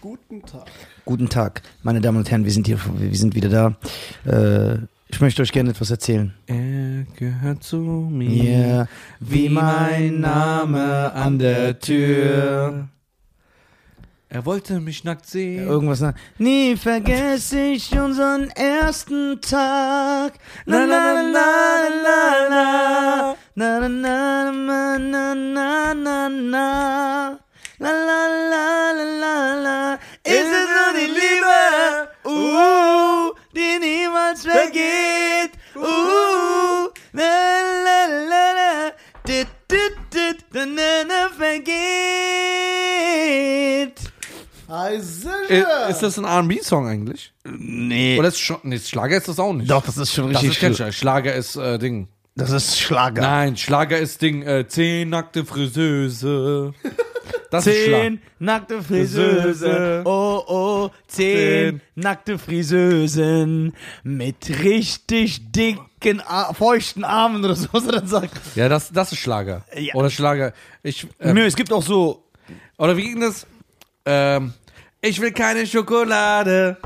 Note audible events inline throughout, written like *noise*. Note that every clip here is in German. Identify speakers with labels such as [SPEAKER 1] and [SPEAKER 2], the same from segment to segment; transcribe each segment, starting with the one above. [SPEAKER 1] Guten Tag.
[SPEAKER 2] Guten Tag, meine Damen und Herren, wir sind hier, wir sind wieder da. Äh, ich möchte euch gerne etwas erzählen.
[SPEAKER 3] Er gehört zu mir,
[SPEAKER 2] Yeah.
[SPEAKER 3] wie mein Name an der Tür. Er wollte mich nackt sehen.
[SPEAKER 2] Irgendwas nach. Nie vergesse ich unseren ersten Tag. Na na na na na na na na na na na na na La la la la la la. Ist es nur die Liebe? Uh, die niemals vergeht. Uh, la la la la. Dit dit dit. Na na na vergeht.
[SPEAKER 1] Hi, sicher.
[SPEAKER 3] Äh, Ist das ein R&B-Song eigentlich?
[SPEAKER 2] Nee.
[SPEAKER 3] Oder ist Sch nee, Schlager ist das auch nicht.
[SPEAKER 2] Doch, das ist schon
[SPEAKER 3] das
[SPEAKER 2] richtig.
[SPEAKER 3] ist Catcher. Schlager ist äh, Ding.
[SPEAKER 2] das ist Schlager.
[SPEAKER 3] Nein, Schlager ist Ding. Äh, zehn nackte Friseuse. *laughs* Das ist Schlager.
[SPEAKER 2] Zehn nackte Friseuse,
[SPEAKER 3] Friseuse.
[SPEAKER 2] oh oh, zehn
[SPEAKER 3] Zehn.
[SPEAKER 2] nackte Friseusen mit richtig dicken, Ar- feuchten Armen oder so, was er dann sagt.
[SPEAKER 3] Ja, das, das ist Schlager.
[SPEAKER 2] Ja.
[SPEAKER 3] Oder Schlager. Ich, ähm,
[SPEAKER 2] Nö, es gibt auch so,
[SPEAKER 3] Oder wie ging das? Ähm, ich will keine Schokolade.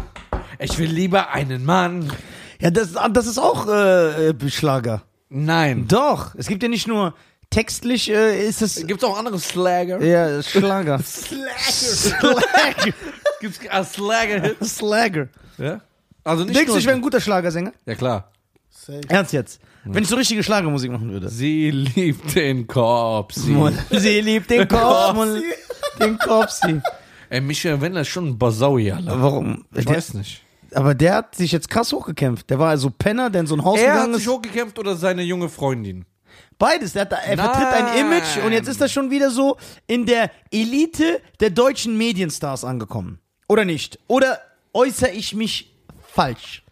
[SPEAKER 3] Ich will lieber einen Mann.
[SPEAKER 2] ja, das, das ist auch äh, äh, Schlager.
[SPEAKER 3] Nein.
[SPEAKER 2] Doch, es gibt ja nicht nur textlich, äh, ist es,
[SPEAKER 3] Gibt's auch andere Slagger?
[SPEAKER 2] ja, Schlager. *laughs* Slagger.
[SPEAKER 3] Gibt's ah, Slagger?
[SPEAKER 2] Slagger.
[SPEAKER 3] ja? Also nicht
[SPEAKER 2] Denkst du,
[SPEAKER 3] nur.
[SPEAKER 2] ich wäre ein guter Schlagersänger?
[SPEAKER 3] ja klar.
[SPEAKER 1] Safe.
[SPEAKER 2] Ernst jetzt. Wenn ich so richtige Schlagermusik machen würde.
[SPEAKER 3] Sie liebt den Korb. Sie.
[SPEAKER 2] Sie liebt *laughs* den Kopf, den Kopf, sie.
[SPEAKER 3] Ey, Michael Wendler ist schon ein Basaui, Alter.
[SPEAKER 2] Warum?
[SPEAKER 3] Ich
[SPEAKER 2] der,
[SPEAKER 3] weiß nicht.
[SPEAKER 2] aber der hat sich jetzt krass hochgekämpft. Der war also Penner, der in so ein Haus
[SPEAKER 3] Er hat
[SPEAKER 2] gegangen
[SPEAKER 3] sich
[SPEAKER 2] ist.
[SPEAKER 3] hochgekämpft oder seine junge Freundin?
[SPEAKER 2] Beides. Der hat, da- er vertritt ein
[SPEAKER 3] Nein.
[SPEAKER 2] Image und jetzt ist er schon wieder so in der Elite der deutschen Medienstars angekommen. Oder nicht? Oder äußere ich mich falsch?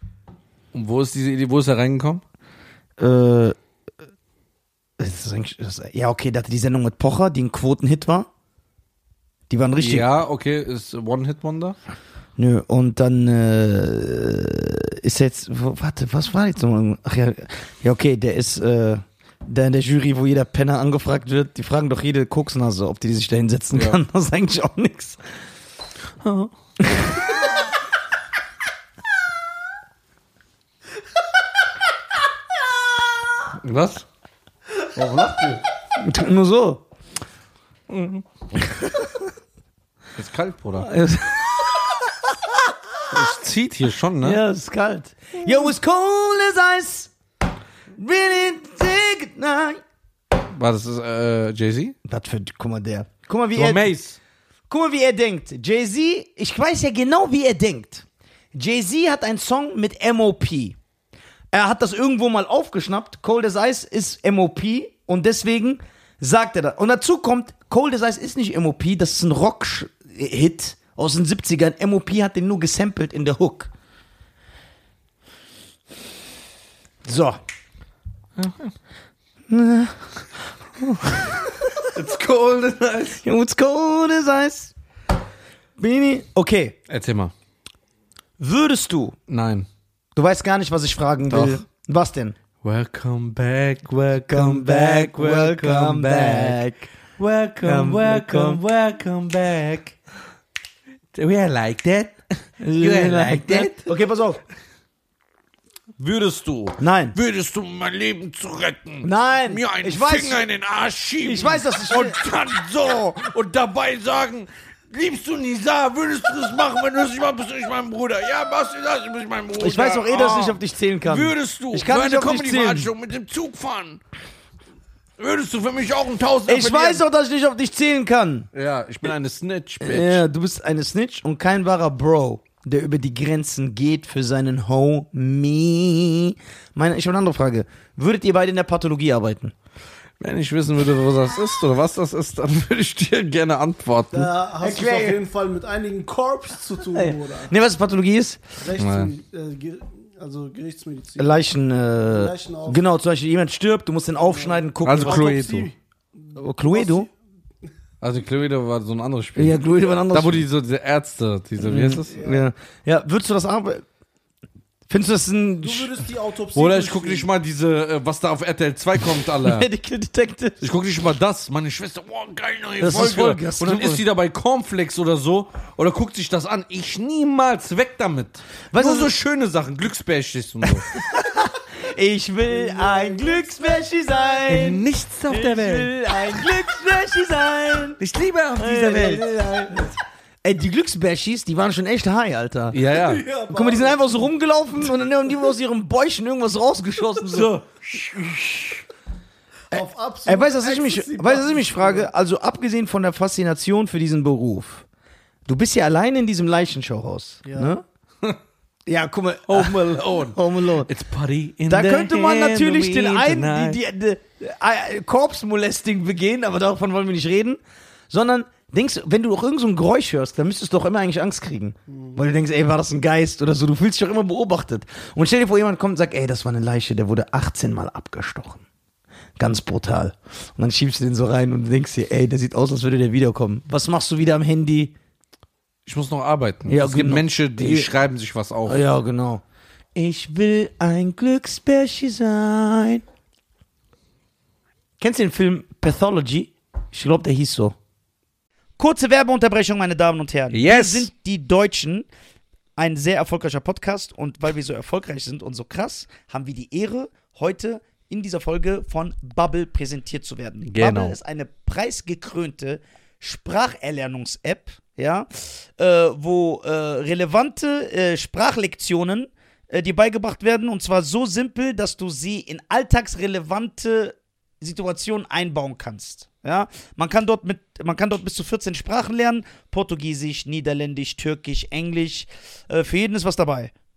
[SPEAKER 3] Und wo ist, diese, wo ist er reingekommen?
[SPEAKER 2] Äh. Das ist eigentlich, das, ja, okay, da hatte die Sendung mit Pocher, die ein Quotenhit war. Die waren richtig.
[SPEAKER 3] Ja, okay, ist One-Hit-Wonder.
[SPEAKER 2] Nö, und dann äh, ist jetzt, wo, warte, was war jetzt nochmal? Ach ja, ja, okay, der ist äh, da in der Jury, wo jeder Penner angefragt wird. Die fragen doch jede Koksnase, ob die sich da hinsetzen
[SPEAKER 3] Ja.
[SPEAKER 2] kann. *laughs* Das ist eigentlich auch nichts.
[SPEAKER 3] Was? Warum lacht ihr?
[SPEAKER 2] Nur so.
[SPEAKER 3] Ist kalt, Bruder. *laughs*
[SPEAKER 2] Es-
[SPEAKER 3] Es zieht hier schon, ne?
[SPEAKER 2] Ja, es ist kalt. Yo, it's cold as ice. Really take it night.
[SPEAKER 3] War das äh, Jay-Z?
[SPEAKER 2] Was für, guck mal, der. Guck mal, wie
[SPEAKER 3] War
[SPEAKER 2] er,
[SPEAKER 3] Mace.
[SPEAKER 2] Guck mal, wie er denkt. Jay-Z, ich weiß ja genau, wie er denkt. Jay-Z hat einen Song mit MOP. Er hat das irgendwo mal aufgeschnappt. Cold as Ice ist MOP und deswegen sagt er das. Und dazu kommt, Cold as Ice ist nicht MOP, das ist ein Rock-Hit aus den 70ern. MOP hat den nur gesampelt in der Hook. So.
[SPEAKER 3] It's cold and ice.
[SPEAKER 2] It's cold as ice. Bini. Okay.
[SPEAKER 3] Erzähl mal.
[SPEAKER 2] Würdest du
[SPEAKER 3] Nein.
[SPEAKER 2] Du weißt gar nicht, was ich fragen
[SPEAKER 3] Doch.
[SPEAKER 2] will. Was denn?
[SPEAKER 3] Welcome back, welcome back, welcome back. Welcome, welcome, welcome back. We are like that. You are like that.
[SPEAKER 2] Okay, pass auf.
[SPEAKER 3] Würdest du,
[SPEAKER 2] Nein.
[SPEAKER 3] würdest du, um mein Leben zu retten,
[SPEAKER 2] Nein.
[SPEAKER 3] mir einen
[SPEAKER 2] ich weiß,
[SPEAKER 3] Finger in den Arsch schieben?
[SPEAKER 2] Ich weiß, dass ich-
[SPEAKER 3] Und dann so und dabei sagen, liebst du Nisa, würdest du das machen, wenn du es nicht machst, bist du nicht mein Bruder. Ja, machst du das, du bist mein Bruder.
[SPEAKER 2] ich weiß auch eh, dass ich
[SPEAKER 3] Ah.
[SPEAKER 2] nicht auf dich zählen kann.
[SPEAKER 3] Würdest du
[SPEAKER 2] Ich kann
[SPEAKER 3] für
[SPEAKER 2] nicht
[SPEAKER 3] eine
[SPEAKER 2] auf dich zählen.
[SPEAKER 3] Comedy-Veranstaltung mit dem Zug fahren? Würdest du für mich auch ein Tausender
[SPEAKER 2] Ich weiß auch, dass ich nicht auf dich zählen kann.
[SPEAKER 3] Ja, ich bin eine Snitch, Bitch.
[SPEAKER 2] Ja, du bist eine Snitch und kein wahrer Bro, der über die Grenzen geht für seinen Homie. Meine, ich habe eine andere Frage. Würdet ihr beide in der Pathologie arbeiten?
[SPEAKER 3] Wenn ich wissen würde, wo das ist oder was das ist, dann *laughs* würde ich dir gerne antworten.
[SPEAKER 1] Da hast du es auf jeden Fall mit einigen Korps zu tun, oder?
[SPEAKER 2] Nee, was Pathologie ist?
[SPEAKER 1] Rechts, äh, Ge- also Gerichtsmedizin.
[SPEAKER 2] Leichen, äh,
[SPEAKER 1] Leichen auf-
[SPEAKER 2] genau, zum Beispiel jemand stirbt, du musst den aufschneiden, gucken.
[SPEAKER 3] Also Cluedo.
[SPEAKER 1] Autopsie.
[SPEAKER 2] Cluedo?
[SPEAKER 3] Also Cluedo war so ein anderes Spiel.
[SPEAKER 2] Ja, Cluedo war ein anderes Mhm.
[SPEAKER 3] Da wo die so diese Ärzte, diese, wie heißt das?
[SPEAKER 2] Ja. ja, würdest du das arbeiten? Findest du das ein...
[SPEAKER 1] Du würdest die Autopsie.
[SPEAKER 3] Oder ich guck
[SPEAKER 1] durchführen.
[SPEAKER 3] nicht mal diese, äh, was da auf RTL 2
[SPEAKER 2] *laughs*
[SPEAKER 3] kommt,
[SPEAKER 2] *laughs*
[SPEAKER 3] Alter.
[SPEAKER 2] Medical Detective.
[SPEAKER 3] Ich guck nicht mal das. Meine Schwester, boah, geil, neue
[SPEAKER 2] Das ist
[SPEAKER 3] Folge.
[SPEAKER 2] Folge, das
[SPEAKER 3] und dann
[SPEAKER 2] stimmt.
[SPEAKER 3] ist die da bei Cornflakes oder so. Oder guckt sich das an. Ich niemals weg damit.
[SPEAKER 2] Weißt
[SPEAKER 3] Nur
[SPEAKER 2] du,
[SPEAKER 3] so
[SPEAKER 2] so-
[SPEAKER 3] schöne Sachen.
[SPEAKER 2] *laughs*
[SPEAKER 3] Glücksbärchis und so.
[SPEAKER 2] Ich will ein Glücksbärschi sein.
[SPEAKER 3] Nichts auf
[SPEAKER 2] Ich will ein Glücksbärschi sein.
[SPEAKER 3] Ich liebe auf dieser
[SPEAKER 1] *laughs*
[SPEAKER 3] Welt.
[SPEAKER 2] Ey, die Glücksbärschis, die waren schon echt high, Alter.
[SPEAKER 3] Ja, ja.
[SPEAKER 1] Ja,
[SPEAKER 2] Guck mal, die sind einfach so rumgelaufen und dann haben die immer aus ihren Bäuchen irgendwas rausgeschossen. So.
[SPEAKER 1] auf absolut
[SPEAKER 2] Ey, weißt du, was ich mich,
[SPEAKER 1] Ecstasy
[SPEAKER 2] weißt, du, was ich mich
[SPEAKER 1] Basis.
[SPEAKER 2] frage? Also, abgesehen von der Faszination für diesen Beruf, du bist ja alleine in diesem Leichenschauhaus. Ja. Ne? ja, guck mal.
[SPEAKER 3] Home Alone.
[SPEAKER 2] Home Alone.
[SPEAKER 3] *laughs* It's Party in
[SPEAKER 2] Da
[SPEAKER 3] the
[SPEAKER 2] könnte man natürlich den
[SPEAKER 3] Halloween
[SPEAKER 2] einen,
[SPEAKER 3] tonight.
[SPEAKER 2] die, die, die, äh, Korpsmolesting begehen, aber davon wollen wir nicht reden. Sondern denkst, du, wenn du auch irgend so ein Geräusch hörst, dann müsstest du doch immer eigentlich Angst kriegen. Weil du denkst, ey, war das ein Geist oder so. Du fühlst dich doch immer beobachtet. Und stell dir vor, jemand kommt und sagt, ey, das war eine Leiche, der wurde 18 Mal abgestochen. Ganz brutal. Und dann schiebst du den so rein und denkst dir, ey, der sieht aus, als würde der wiederkommen. Was machst du wieder am Handy?
[SPEAKER 3] Ich muss noch arbeiten.
[SPEAKER 2] Ja,
[SPEAKER 3] es gibt
[SPEAKER 2] genau.
[SPEAKER 3] Menschen, die
[SPEAKER 2] Ja.
[SPEAKER 3] schreiben sich was auf.
[SPEAKER 2] Ah, Ja, genau. Ich will ein Glücksbärschi sein. Kennst du den Film Pathology? Ich glaube, der hieß so. Kurze Werbeunterbrechung, meine Damen und Herren.
[SPEAKER 3] Yes.
[SPEAKER 2] Wir sind die Deutschen. Ein sehr erfolgreicher Podcast und weil wir so erfolgreich sind und so krass, haben wir die Ehre, heute in dieser Folge von Bubble präsentiert zu werden.
[SPEAKER 3] Genau.
[SPEAKER 2] Bubble ist eine preisgekrönte Spracherlernungs-App, ja, äh, wo äh, relevante äh, Sprachlektionen äh, dir beigebracht werden und zwar so simpel, dass du sie in alltagsrelevante Situationen einbauen kannst. Ja, man kann dort mit, man kann dort bis zu 14 Sprachen lernen: Portugiesisch, Niederländisch, Türkisch, Englisch. Äh, für jeden ist was dabei.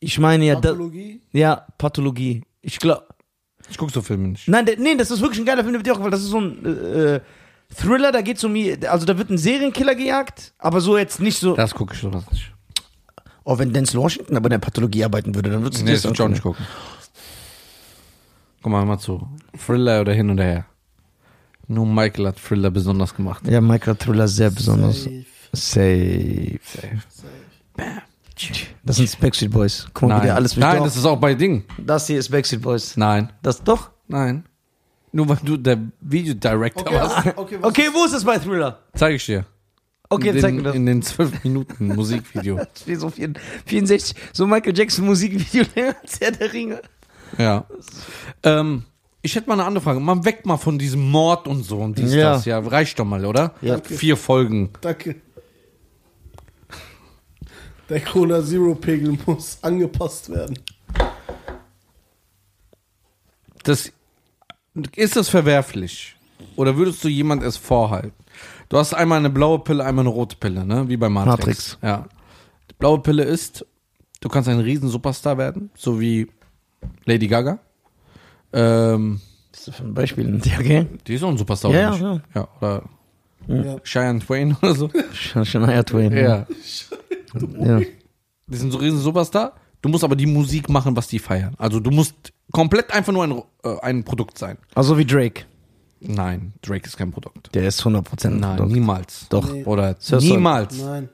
[SPEAKER 2] Ich meine ja,
[SPEAKER 1] Pathologie.
[SPEAKER 2] ja, Pathologie. Ich glaube.
[SPEAKER 3] Ich guck so Filme nicht.
[SPEAKER 2] Nein, der, nee, das ist wirklich ein geiler Film, der wird dir auch gefallen. Das ist so ein äh, äh, Thriller, da geht's um, also da wird ein Serienkiller gejagt, aber so jetzt nicht so.
[SPEAKER 3] Das gucke ich sowas nicht.
[SPEAKER 2] Oh, wenn Denzel Washington aber in der Pathologie arbeiten würde, dann würde
[SPEAKER 3] Nee, das will ich auch nicht gucken. Guck mal mal zu. Thriller oder hin oder her. Nur Michael hat Thriller besonders gemacht.
[SPEAKER 2] Ja, Mike hat Thriller sehr besonders.
[SPEAKER 1] Safe.
[SPEAKER 2] Safe. Das sind Backstreet Boys. Guck mal, wie
[SPEAKER 3] Nein,
[SPEAKER 2] der alles
[SPEAKER 3] Nein
[SPEAKER 2] doch-
[SPEAKER 3] das ist auch bei Ding.
[SPEAKER 2] das hier ist Backstreet Boys.
[SPEAKER 3] Nein.
[SPEAKER 2] Das doch.
[SPEAKER 3] Nein. Nur weil du der Videodirector
[SPEAKER 1] Okay,
[SPEAKER 3] warst.
[SPEAKER 1] was? okay, was?
[SPEAKER 2] Okay, wo ist das bei Thriller?
[SPEAKER 3] Zeig ich dir.
[SPEAKER 2] Okay,
[SPEAKER 3] in den,
[SPEAKER 2] zeig mir das.
[SPEAKER 3] In den zwölf Minuten Musikvideo.
[SPEAKER 2] Das ist So 64, so Michael Jackson Musikvideo *laughs* länger als Herr der Ringe.
[SPEAKER 3] *laughs* ja. Ähm, ich hätte mal eine andere Frage. Mal weg mal von diesem Mord und so und dies,
[SPEAKER 2] Ja.
[SPEAKER 3] das. Ja, reicht doch mal, oder?
[SPEAKER 2] Ja.
[SPEAKER 1] Okay.
[SPEAKER 3] Vier Folgen.
[SPEAKER 1] Danke. Der Cola Zero Pegel muss angepasst werden.
[SPEAKER 3] Das, ist das verwerflich? Oder würdest du jemand es vorhalten? Du hast einmal eine blaue Pille, einmal eine rote Pille, ne? Wie bei Matrix.
[SPEAKER 2] Matrix.
[SPEAKER 3] Ja. Die blaue Pille ist, du kannst ein riesen Superstar werden, so wie Lady Gaga. Ähm,
[SPEAKER 2] Bist du für ein Beispiel? Ja, okay.
[SPEAKER 3] die ist auch ein Superstar,
[SPEAKER 2] Ja,
[SPEAKER 3] oder
[SPEAKER 2] ja,
[SPEAKER 3] nicht? Ja, oder
[SPEAKER 1] Ja.
[SPEAKER 3] Cheyenne Twain *laughs* oder so.
[SPEAKER 2] Shania Twain.
[SPEAKER 3] ja.
[SPEAKER 2] Ja.
[SPEAKER 3] Die sind so riesen Superstar. Du musst aber die Musik machen, was die feiern. Also du musst komplett einfach nur ein, äh, ein Produkt sein.
[SPEAKER 2] Also wie Drake.
[SPEAKER 3] Nein, Drake ist kein Produkt.
[SPEAKER 4] Der ist 100% ein
[SPEAKER 3] Nein,
[SPEAKER 4] Produkt.
[SPEAKER 3] niemals.
[SPEAKER 4] Doch.
[SPEAKER 1] Nee.
[SPEAKER 3] Oder
[SPEAKER 4] Sir Sol.
[SPEAKER 3] niemals.
[SPEAKER 1] Nein,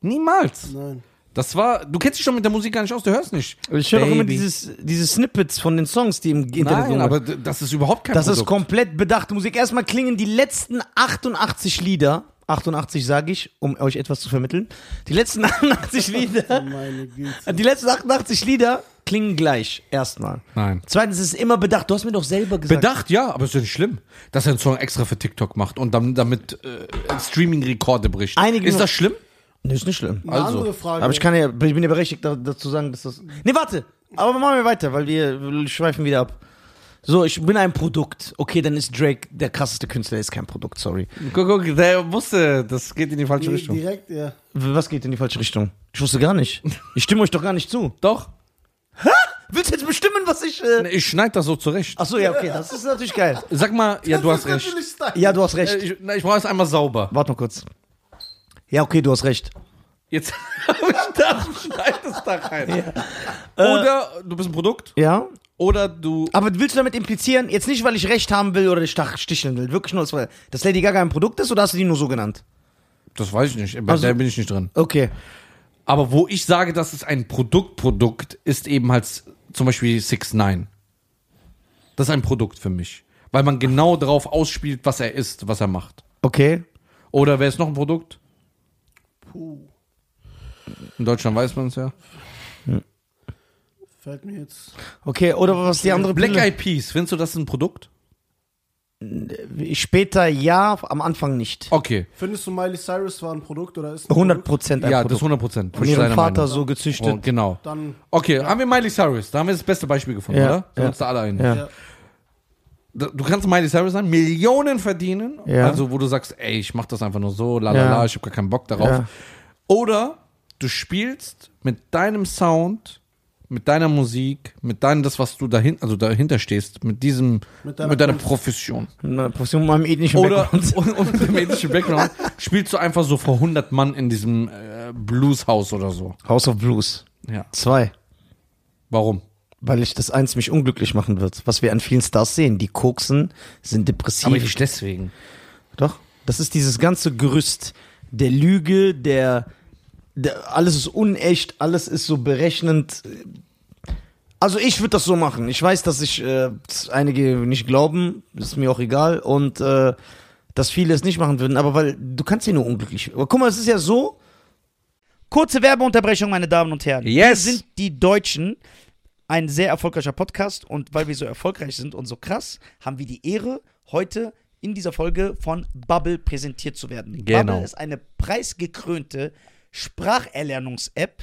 [SPEAKER 3] Niemals.
[SPEAKER 1] nein.
[SPEAKER 3] Das war, du kennst dich schon mit der Musik gar nicht aus, du hörst nicht.
[SPEAKER 4] Ich höre auch immer
[SPEAKER 3] Baby.
[SPEAKER 4] dieses, diese Snippets von den Songs, die im Internet
[SPEAKER 3] Nein,
[SPEAKER 4] rumgehen.
[SPEAKER 3] aber d- das ist überhaupt kein
[SPEAKER 4] Das ist
[SPEAKER 3] Produkt.
[SPEAKER 4] komplett bedachte Musik. Erstmal klingen die letzten 88 Lieder, 88 sage ich, um euch etwas zu vermitteln. Die letzten *laughs* 88 Lieder,
[SPEAKER 1] Meine Güte.
[SPEAKER 4] die letzten 88 Lieder klingen gleich erstmal.
[SPEAKER 3] Nein.
[SPEAKER 4] Zweitens ist es immer bedacht. Du hast mir doch selber gesagt.
[SPEAKER 3] Bedacht, ja, aber ist halt ja nicht schlimm, dass er einen Song extra für TikTok macht und dann damit äh, Streaming-Rekorde bricht.
[SPEAKER 4] Einige-
[SPEAKER 3] ist das schlimm?
[SPEAKER 4] Nee, ist nicht schlimm.
[SPEAKER 1] Eine
[SPEAKER 3] Also.
[SPEAKER 1] andere Frage.
[SPEAKER 4] Aber ich kann ja, ich bin ja berechtigt da- dazu sagen, dass das. Nee, warte. Aber machen wir weiter, weil wir schweifen wieder ab. So, ich bin ein Produkt. Okay, dann ist Drake der krasseste Künstler, ist kein Produkt, sorry.
[SPEAKER 3] Guck, guck, der wusste, das geht in die falsche
[SPEAKER 1] Di-
[SPEAKER 3] Richtung.
[SPEAKER 1] direkt, ja.
[SPEAKER 4] W- Was geht in die falsche Richtung? Ich wusste gar nicht. Ich stimme euch doch gar nicht zu.
[SPEAKER 3] Doch.
[SPEAKER 4] Willst du jetzt bestimmen, was ich. Äh
[SPEAKER 3] Ich schneide das so zurecht.
[SPEAKER 4] Achso, ja, okay, das ist natürlich geil.
[SPEAKER 3] Sag mal, ja, du hast
[SPEAKER 1] Das ist
[SPEAKER 3] recht.
[SPEAKER 1] natürlich Style.
[SPEAKER 4] Ja, du hast
[SPEAKER 3] Äh,
[SPEAKER 4] recht.
[SPEAKER 3] Ich, na, ich brauche es einmal sauber.
[SPEAKER 4] Warte mal kurz. Ja, okay, du hast recht.
[SPEAKER 3] Jetzt *laughs* habe ich das, schneid es da rein. Oder du bist ein Produkt,
[SPEAKER 4] Ja?
[SPEAKER 3] oder du.
[SPEAKER 4] Aber willst du damit implizieren, jetzt nicht, weil ich recht haben will oder dich stach- sticheln will, wirklich nur, weil das Lady Gaga ein Produkt ist oder hast du die nur so genannt?
[SPEAKER 3] Das weiß ich nicht, bei
[SPEAKER 4] Also-
[SPEAKER 3] der bin ich nicht drin.
[SPEAKER 4] Okay.
[SPEAKER 3] Aber wo ich sage, dass es ein Produktprodukt ist, eben halt zum Beispiel 6 9 Das ist ein Produkt für mich. Weil man genau darauf ausspielt, was er ist, was er macht.
[SPEAKER 4] Okay.
[SPEAKER 3] Oder wäre es noch ein Produkt?
[SPEAKER 1] Puh,
[SPEAKER 3] In Deutschland weiß man es ja.
[SPEAKER 1] fällt mir jetzt.
[SPEAKER 4] Okay, oder was die andere
[SPEAKER 3] Black
[SPEAKER 4] Pille?
[SPEAKER 3] Eyed Peas, findest du das ein Produkt?
[SPEAKER 4] Später ja, am Anfang nicht.
[SPEAKER 3] Okay.
[SPEAKER 1] Findest du Miley Cyrus war ein Produkt oder ist ein
[SPEAKER 4] 100
[SPEAKER 1] Produkt?
[SPEAKER 4] Prozent ein
[SPEAKER 3] Ja, das
[SPEAKER 4] Produkt.
[SPEAKER 3] 100 Prozent.
[SPEAKER 4] Von ihrem Vater so
[SPEAKER 3] Oh,
[SPEAKER 4] gezüchtet.
[SPEAKER 3] genau.
[SPEAKER 1] Dann
[SPEAKER 3] Okay, haben wir Miley Cyrus. Da haben wir das beste Beispiel gefunden,
[SPEAKER 4] Ja,
[SPEAKER 3] oder? Sind
[SPEAKER 4] ja.
[SPEAKER 3] uns da alle einig.
[SPEAKER 4] Ja.
[SPEAKER 3] Da- Du kannst Miley Cyrus sein, Millionen verdienen.
[SPEAKER 4] Ja.
[SPEAKER 3] Also, wo du sagst, ey, ich mach das einfach nur so, lalala,
[SPEAKER 4] Ja.
[SPEAKER 3] ich habe gar keinen Bock darauf.
[SPEAKER 4] Ja.
[SPEAKER 3] Oder du spielst mit deinem Sound, mit deiner Musik, mit deinem, das, was du dahin, also dahinter stehst, mit diesem, mit
[SPEAKER 1] Mit
[SPEAKER 3] deiner,
[SPEAKER 1] deiner
[SPEAKER 3] Profession.
[SPEAKER 4] Na, Profession mit meinem ethnischen
[SPEAKER 3] Oder
[SPEAKER 4] Background.
[SPEAKER 3] und, und dem ethischen Background spielst du einfach so vor 100 Mann in diesem äh, Blueshaus oder so.
[SPEAKER 4] House of Blues.
[SPEAKER 3] Ja.
[SPEAKER 4] Zwei.
[SPEAKER 3] Warum?
[SPEAKER 4] Weil ich das eins mich unglücklich machen wird. Was wir an vielen Stars sehen. Die koksen, sind depressiv.
[SPEAKER 3] deswegen.
[SPEAKER 4] Doch. Das ist dieses ganze Gerüst der Lüge, der, der alles ist unecht, alles ist so berechnend. Also ich würde das so machen. Ich weiß, dass ich äh, dass einige nicht glauben, ist mir auch egal und äh, dass viele es nicht machen würden, aber weil du kannst ja nur unglücklich. Aber guck mal, es ist ja so. Kurze Werbeunterbrechung, meine Damen und Herren.
[SPEAKER 3] Yes.
[SPEAKER 4] Wir sind die Deutschen ein sehr erfolgreicher Podcast und weil wir so erfolgreich sind und so krass, haben wir die Ehre, heute in dieser Folge von Bubble präsentiert zu werden.
[SPEAKER 3] Genau.
[SPEAKER 4] Bubble ist eine preisgekrönte Spracherlernungs-App,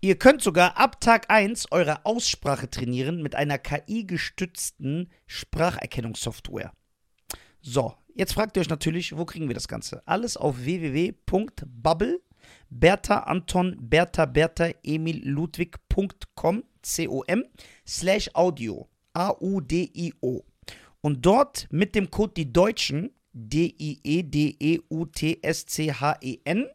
[SPEAKER 4] Ihr könnt sogar ab Tag 1 eure Aussprache trainieren mit einer KI-gestützten Spracherkennungssoftware. So, jetzt fragt ihr euch natürlich, wo kriegen wir das Ganze? Alles auf www.bubble, Bertha Anton, Bertha Bertha Emil Ludwig.com, C-O-M, slash Audio, A-U-D-I-O. Und dort mit dem Code die Deutschen, E D-I-E-D-E-U-T-S-C-H-E-N,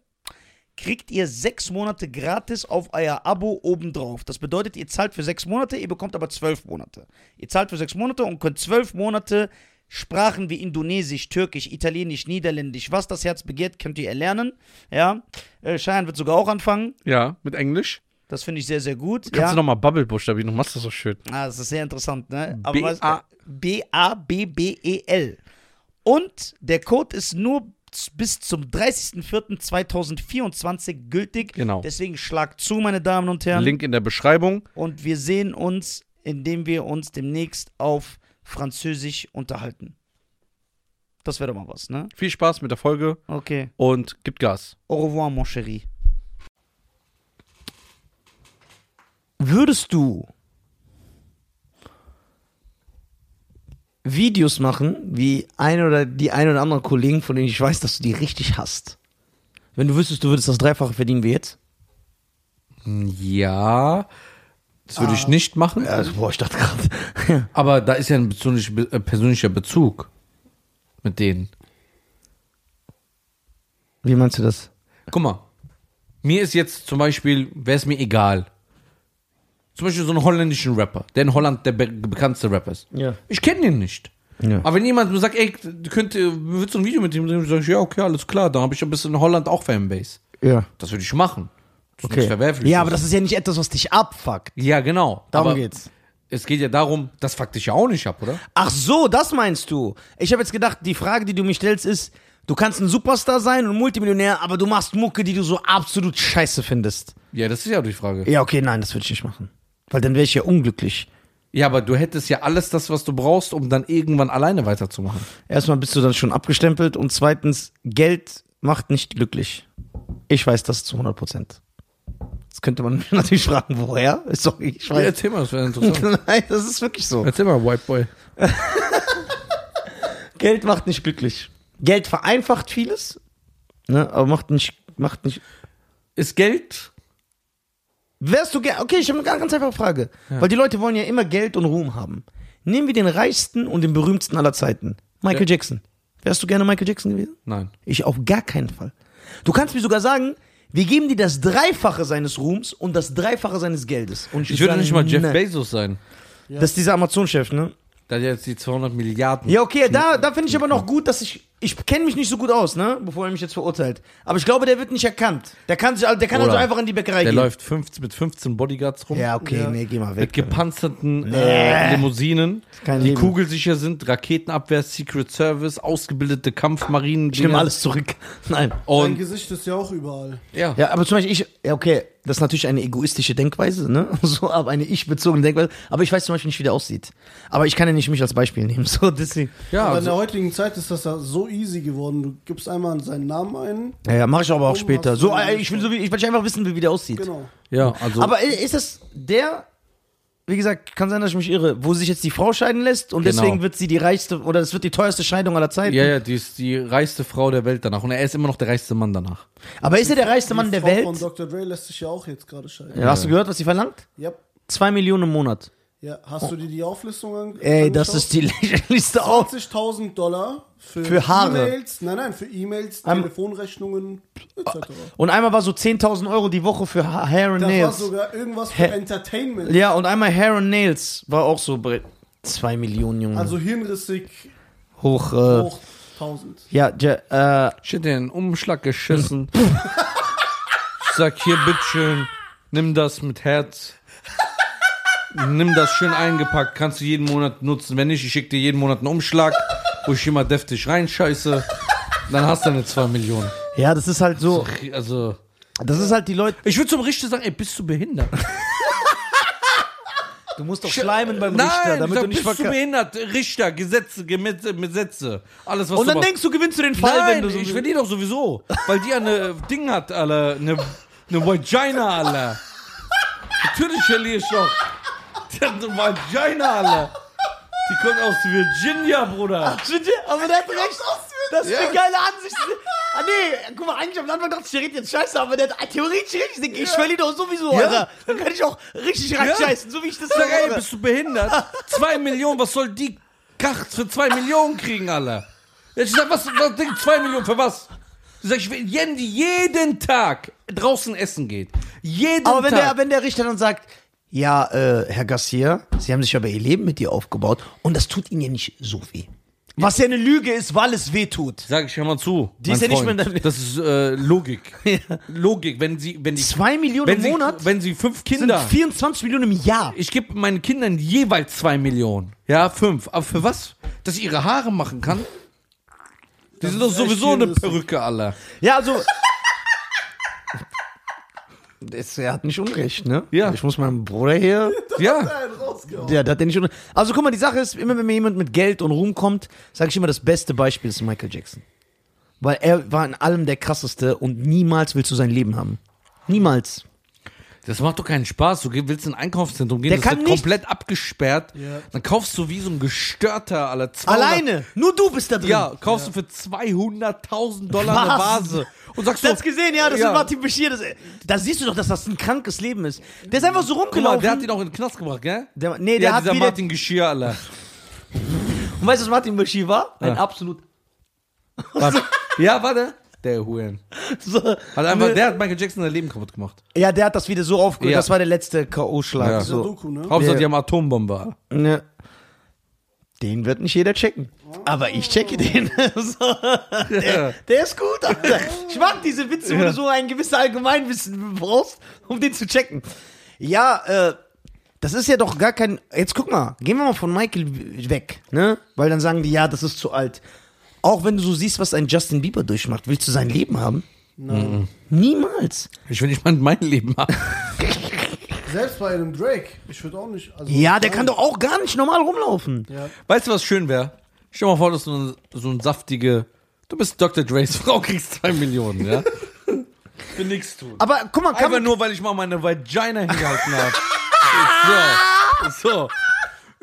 [SPEAKER 4] kriegt ihr sechs Monate gratis auf euer Abo obendrauf. Das bedeutet, ihr zahlt für sechs Monate, ihr bekommt aber zwölf Monate. Ihr zahlt für sechs Monate und könnt zwölf Monate Sprachen wie Indonesisch, Türkisch, Italienisch, Niederländisch, was das Herz begehrt, könnt ihr erlernen. Ja, äh, Cheyenne wird sogar auch anfangen.
[SPEAKER 3] Ja, mit Englisch.
[SPEAKER 4] Das finde ich sehr, sehr gut.
[SPEAKER 3] Kannst
[SPEAKER 4] ja.
[SPEAKER 3] du nochmal Bubble buchstabieren? Du machst das so schön.
[SPEAKER 4] Ah, das ist sehr interessant, ne? Aber
[SPEAKER 3] B-
[SPEAKER 4] was-
[SPEAKER 3] A-
[SPEAKER 4] B-A-B-B-E-L. E Und der Code ist nur z- bis zum 30.04.2024 gültig.
[SPEAKER 3] Genau.
[SPEAKER 4] Deswegen schlagt zu, meine Damen und Herren.
[SPEAKER 3] Link in der Beschreibung.
[SPEAKER 4] Und wir sehen uns, indem wir uns demnächst auf Französisch unterhalten. Das wäre doch mal was, ne?
[SPEAKER 3] Viel Spaß mit der Folge
[SPEAKER 4] Okay.
[SPEAKER 3] und gib Gas.
[SPEAKER 4] Au revoir, mon chéri. Würdest du
[SPEAKER 2] Videos machen, wie ein oder die ein oder andere Kollegen, von denen ich weiß, dass du die richtig hast. Wenn du wüsstest, du würdest das Dreifache verdienen wie jetzt.
[SPEAKER 3] Ja, das würde ich nicht machen.
[SPEAKER 2] Also, boah, ich dachte gerade. ja.
[SPEAKER 3] Aber da ist ja ein persönlich- äh, persönlicher Bezug mit denen.
[SPEAKER 2] *laughs* Wie meinst du das?
[SPEAKER 3] Guck mal, mir ist jetzt zum Beispiel, wäre es mir egal. Zum Beispiel so einen holländischen Rapper, der in Holland der be bekannteste Rapper ist.
[SPEAKER 2] Ja.
[SPEAKER 3] Ich kenne ihn nicht.
[SPEAKER 2] Ja.
[SPEAKER 3] Aber wenn jemand mir sagt, ey, du könnt, äh, willst du ein Video mit ihm drehen? Sag ich, ja, okay, alles klar, dann habe ich ein bisschen in Holland auch Fanbase.
[SPEAKER 2] Ja.
[SPEAKER 3] Das würde ich machen. Das ist
[SPEAKER 2] Okay.
[SPEAKER 3] nicht verwerflich.
[SPEAKER 2] Ja, aber das ist ja nicht etwas, was dich abfuckt.
[SPEAKER 3] Ja, genau.
[SPEAKER 2] Darum
[SPEAKER 3] aber
[SPEAKER 2] geht's.
[SPEAKER 3] Es geht ja darum, das fuckt dich ja auch nicht ab, oder?
[SPEAKER 2] Ach so, das meinst du. Ich habe jetzt gedacht, die Frage, die du mir stellst, ist, du kannst ein Superstar sein und Multimillionär, aber du machst Mucke, die du so absolut scheiße findest.
[SPEAKER 3] Ja, das ist ja die Frage.
[SPEAKER 2] Ja, okay, nein, das würde ich nicht machen. Weil dann wäre ich ja unglücklich.
[SPEAKER 3] Ja, aber du hättest ja alles das, was du brauchst, um dann irgendwann alleine weiterzumachen.
[SPEAKER 2] Erstmal bist du dann schon abgestempelt und zweitens, Geld macht nicht glücklich. Ich weiß das zu 100 Prozent. Jetzt könnte man *laughs* mich natürlich fragen, woher? Sorry, ich
[SPEAKER 3] Ja,
[SPEAKER 2] weiß.
[SPEAKER 3] erzähl mal, das wäre interessant.
[SPEAKER 2] *laughs* Nein, das ist wirklich so.
[SPEAKER 3] *laughs* erzähl mal, White Boy.
[SPEAKER 2] Geld macht nicht glücklich. Geld vereinfacht vieles, ne, aber macht nicht, macht nicht
[SPEAKER 3] Ist Geld
[SPEAKER 2] Wärst du gerne. Okay, ich habe eine ganz, ganz einfache Frage. Weil die Leute wollen ja immer Geld und Ruhm haben. Nehmen wir den reichsten und den berühmtesten aller Zeiten. Michael Jackson. Wärst du gerne Michael Jackson gewesen?
[SPEAKER 3] Nein.
[SPEAKER 2] Ich auf gar keinen Fall. Du kannst mir sogar sagen, wir geben dir das Dreifache seines Ruhms und das Dreifache seines Geldes. Und
[SPEAKER 3] Ich würde
[SPEAKER 2] sagen,
[SPEAKER 3] nicht mal Jeff
[SPEAKER 2] ne.
[SPEAKER 3] Bezos sein.
[SPEAKER 2] Das ist dieser Amazon-Chef, ne?
[SPEAKER 3] Da hat jetzt die 200 Milliarden.
[SPEAKER 2] Ja, okay, da, da finde ich aber noch gut, dass ich. Ich kenne mich nicht so gut aus, ne? Bevor er mich jetzt verurteilt. Aber ich glaube, der wird nicht erkannt. Der kann, sich, der kann also
[SPEAKER 3] Oder
[SPEAKER 2] einfach in die Bäckerei
[SPEAKER 3] Der
[SPEAKER 2] gehen.
[SPEAKER 3] läuft 15, mit 15 Bodyguards rum.
[SPEAKER 2] Ja, okay, nee, geh mal
[SPEAKER 3] Mit
[SPEAKER 2] weg.
[SPEAKER 3] gepanzerten äh, Limousinen,
[SPEAKER 2] kein
[SPEAKER 3] die
[SPEAKER 2] Leben.
[SPEAKER 3] kugelsicher sind, Raketenabwehr, Secret Service, ausgebildete Kampfmarinen.
[SPEAKER 2] Ich nehme alles
[SPEAKER 3] *laughs*
[SPEAKER 2] zurück. Nein.
[SPEAKER 1] Dein
[SPEAKER 3] Und
[SPEAKER 1] Gesicht ist ja auch überall.
[SPEAKER 3] ja,
[SPEAKER 2] Ja, aber zum Beispiel ich, ja, okay, das ist natürlich eine egoistische Denkweise, ne? *laughs* So, aber eine ich-bezogene Denkweise. Aber ich weiß zum Beispiel nicht, wie der aussieht. Aber ich kann ja nicht mich als Beispiel nehmen, *laughs* so, deswegen.
[SPEAKER 3] ja
[SPEAKER 1] Aber in
[SPEAKER 3] also,
[SPEAKER 1] der heutigen Zeit ist das ja so easy geworden. Du gibst einmal seinen Namen ein.
[SPEAKER 2] Ja, ja, mach ich aber auch
[SPEAKER 1] Warum
[SPEAKER 2] später.
[SPEAKER 1] hast du
[SPEAKER 2] So,
[SPEAKER 1] den
[SPEAKER 2] äh, ich will so, wie- ich will einfach wissen, wie, wie der aussieht.
[SPEAKER 1] Genau.
[SPEAKER 3] ja, also
[SPEAKER 2] Aber äh, ist das der, wie gesagt, kann sein, dass ich mich irre, wo sich jetzt die Frau scheiden lässt und
[SPEAKER 3] Genau.
[SPEAKER 2] deswegen wird sie die reichste, oder das wird die teuerste Scheidung aller Zeiten.
[SPEAKER 3] ja, ja, die ist die reichste Frau der Welt danach und er ist immer noch der reichste Mann danach.
[SPEAKER 2] Aber ist er der reichste Mann
[SPEAKER 1] Die
[SPEAKER 2] der
[SPEAKER 1] Frau
[SPEAKER 2] Welt?
[SPEAKER 1] Von Dr. Dre lässt sich ja auch jetzt gerade scheiden.
[SPEAKER 2] Ja, hast du gehört, was sie verlangt?
[SPEAKER 1] Ja.
[SPEAKER 2] Zwei Millionen im Monat.
[SPEAKER 1] ja. Hast du dir die Auflistung an?
[SPEAKER 2] Ey, das
[SPEAKER 1] angeschaut?
[SPEAKER 2] ist die *laughs* lächerlichste Auf.
[SPEAKER 1] 20.000 Dollar für,
[SPEAKER 2] Für Haare.
[SPEAKER 1] E-Mails, nein, nein, für E-Mails,
[SPEAKER 2] Am-
[SPEAKER 1] Telefonrechnungen etc.
[SPEAKER 2] Und einmal war so 10.000 Euro die Woche für Ha- Hair and
[SPEAKER 1] Da war
[SPEAKER 2] Nails.
[SPEAKER 1] sogar irgendwas für
[SPEAKER 2] Hä?
[SPEAKER 1] Entertainment.
[SPEAKER 2] Ja, und einmal Hair and Nails war auch so bei 2 Millionen, Junge.
[SPEAKER 1] Also hirnrissig
[SPEAKER 2] hoch, äh,
[SPEAKER 1] hoch 1000.
[SPEAKER 2] Ja, ja, äh,
[SPEAKER 3] Ich hätte den Umschlag geschissen. ich sag hier, bitteschön, nimm das mit Herz. Nimm das schön eingepackt, kannst du jeden Monat nutzen. Wenn nicht, ich schick dir jeden Monat einen Umschlag, wo ich immer deftig reinscheiße. Dann hast du eine 2 Millionen.
[SPEAKER 2] ja, das ist halt so.
[SPEAKER 3] Also.
[SPEAKER 2] Das ist halt die Leute.
[SPEAKER 3] Ich würde zum Richter sagen, ey, bist du behindert?
[SPEAKER 2] Du musst doch schleimen beim
[SPEAKER 3] Nein,
[SPEAKER 2] Richter,
[SPEAKER 3] ich
[SPEAKER 2] damit
[SPEAKER 3] sag,
[SPEAKER 2] du nicht
[SPEAKER 3] bist du
[SPEAKER 2] verkaufst.
[SPEAKER 3] behindert? Richter, Gesetze, Gemetze, Gesetze. Alles, was
[SPEAKER 2] Und
[SPEAKER 3] du
[SPEAKER 2] dann
[SPEAKER 3] machst.
[SPEAKER 2] denkst du, gewinnst du den Fall,
[SPEAKER 3] Nein,
[SPEAKER 2] wenn du so.
[SPEAKER 3] ich verliere doch sowieso, weil die eine äh, Ding hat, alle eine, eine Vagina, alle. Natürlich verliere ich doch. Die hat eine Vagina, alle. Die kommt aus Virginia, Bruder.
[SPEAKER 2] aber der hat recht. Das ist eine geile Ansicht. Ah, nee, guck mal, eigentlich am Anfang dachte ich, der redet jetzt scheiße, aber der hat theoretisch richtig. Ich denk, Ich verliere doch sowieso, Alter. Dann kann ich auch richtig reinscheißen, so wie ich das
[SPEAKER 3] Sag, ey,
[SPEAKER 2] sage.
[SPEAKER 3] bist du behindert? Zwei Millionen, was soll die Kacht für zwei Millionen kriegen, alle? Ich sag, was, was denkst du, zwei Millionen für was? Ich sag, ich will Jen, die jeden Tag draußen essen geht. Jeden
[SPEAKER 2] Aber wenn
[SPEAKER 3] Tag.
[SPEAKER 2] der, wenn der Richter dann sagt, ja, äh, Herr Gassier, Sie haben sich aber Ihr Leben mit dir aufgebaut und das tut Ihnen ja nicht so weh. Was ja eine Lüge ist, weil es weh tut.
[SPEAKER 3] Sag ich, hör mal zu.
[SPEAKER 2] Die
[SPEAKER 3] mein
[SPEAKER 2] ist ja nicht
[SPEAKER 3] Freund.
[SPEAKER 2] mehr in deinem-
[SPEAKER 3] Das ist äh, Logik. Logik, wenn sie, wenn die.
[SPEAKER 2] Zwei Millionen
[SPEAKER 3] wenn
[SPEAKER 2] im
[SPEAKER 3] sie,
[SPEAKER 2] Monat
[SPEAKER 3] Wenn sie fünf
[SPEAKER 2] sind
[SPEAKER 3] Kinder.
[SPEAKER 2] 24 Millionen im Jahr.
[SPEAKER 3] Ich gebe meinen Kindern jeweils zwei Millionen. Ja, fünf. Aber für was? Dass ich ihre Haare machen kann? Die sind doch
[SPEAKER 1] ist echt
[SPEAKER 3] sowieso eine
[SPEAKER 1] hirnrissig.
[SPEAKER 3] Perücke, alle.
[SPEAKER 2] Ja, also. Das, er hat nicht Unrecht, ne?
[SPEAKER 3] Ja.
[SPEAKER 2] Ich muss meinem Bruder hier.
[SPEAKER 3] Ja.
[SPEAKER 1] Nein, rausgehauen.
[SPEAKER 2] Der, der hat ja nicht Unrecht. Also guck mal, die Sache ist, immer wenn mir jemand mit Geld und Ruhm kommt, sage ich immer, das beste Beispiel ist Michael Jackson. Weil er war in allem der krasseste und niemals willst du sein Leben haben. Niemals.
[SPEAKER 3] Das macht doch keinen Spaß. Du geh- willst in ein Einkaufszentrum gehen,
[SPEAKER 2] Der
[SPEAKER 3] das
[SPEAKER 2] kann
[SPEAKER 3] wird
[SPEAKER 2] nicht-
[SPEAKER 3] komplett abgesperrt.
[SPEAKER 1] Ja.
[SPEAKER 3] Dann kaufst du wie so ein Gestörter aller 200
[SPEAKER 2] Alleine. Nur du bist da drin.
[SPEAKER 3] Ja, kaufst du für 200.000 Dollar eine
[SPEAKER 2] Vasen.
[SPEAKER 3] Vase und
[SPEAKER 2] Hast
[SPEAKER 3] sagst
[SPEAKER 2] du das
[SPEAKER 3] so,
[SPEAKER 2] gesehen? Ja, das
[SPEAKER 3] Ja.
[SPEAKER 2] ist Martin Bashir. Das, da siehst du doch, dass das ein krankes Leben ist. Der ist einfach so
[SPEAKER 3] guck mal,
[SPEAKER 2] rumgelaufen.
[SPEAKER 3] der hat ihn auch in den Knast gebracht, gell?
[SPEAKER 2] Der- nee, der
[SPEAKER 3] ja,
[SPEAKER 2] hat
[SPEAKER 3] dieser
[SPEAKER 2] wieder-
[SPEAKER 3] Martin Geschirr, Alter.
[SPEAKER 2] und weißt du, was Martin Bashir war? Ein
[SPEAKER 3] Ja.
[SPEAKER 2] absolut...
[SPEAKER 3] Warte. ja, warte. Der Huren.
[SPEAKER 2] So,
[SPEAKER 3] Hat einfach, der hat Michael Jackson sein Leben kaputt gemacht.
[SPEAKER 2] Also ja, der hat das wieder so aufgehört.
[SPEAKER 3] Ja.
[SPEAKER 2] Das war der letzte K.O.-Schlag.
[SPEAKER 3] Ja.
[SPEAKER 1] So.
[SPEAKER 2] So.
[SPEAKER 1] Doku, ne?
[SPEAKER 3] Hauptsache,
[SPEAKER 2] Ja.
[SPEAKER 3] die haben Atombombe.
[SPEAKER 2] Ja. Den wird nicht jeder checken. Aber ich checke den. *laughs* So. der, der ist gut, Alter. Ich mag diese Witze, wo du so ein gewisses Allgemeinwissen brauchst, um den zu checken. Ja, äh, das ist ja doch gar kein. Jetzt guck mal, gehen wir mal von Michael weg, ne? Weil dann sagen die, ja, das ist zu alt. Auch wenn du so siehst, was ein Justin Bieber durchmacht, willst du sein Leben haben?
[SPEAKER 1] Nein.
[SPEAKER 2] Niemals.
[SPEAKER 3] Ich will nicht mal mein Leben haben.
[SPEAKER 1] Selbst bei einem Drake. Ich würde auch nicht. Also
[SPEAKER 2] Ja, der kann doch auch gar nicht normal rumlaufen.
[SPEAKER 1] Ja.
[SPEAKER 3] Weißt du, was schön wäre? Stell dir mal vor, dass du eine- so ein saftige. Du bist Dr. Dre's Frau, kriegst zwei
[SPEAKER 2] *laughs*
[SPEAKER 3] Millionen, ja? Für nichts tun.
[SPEAKER 2] Aber guck mal, kann
[SPEAKER 3] Einfach
[SPEAKER 2] man,
[SPEAKER 3] nur, weil ich mal meine Vagina hingehalten
[SPEAKER 2] *laughs*
[SPEAKER 3] habe. so. so.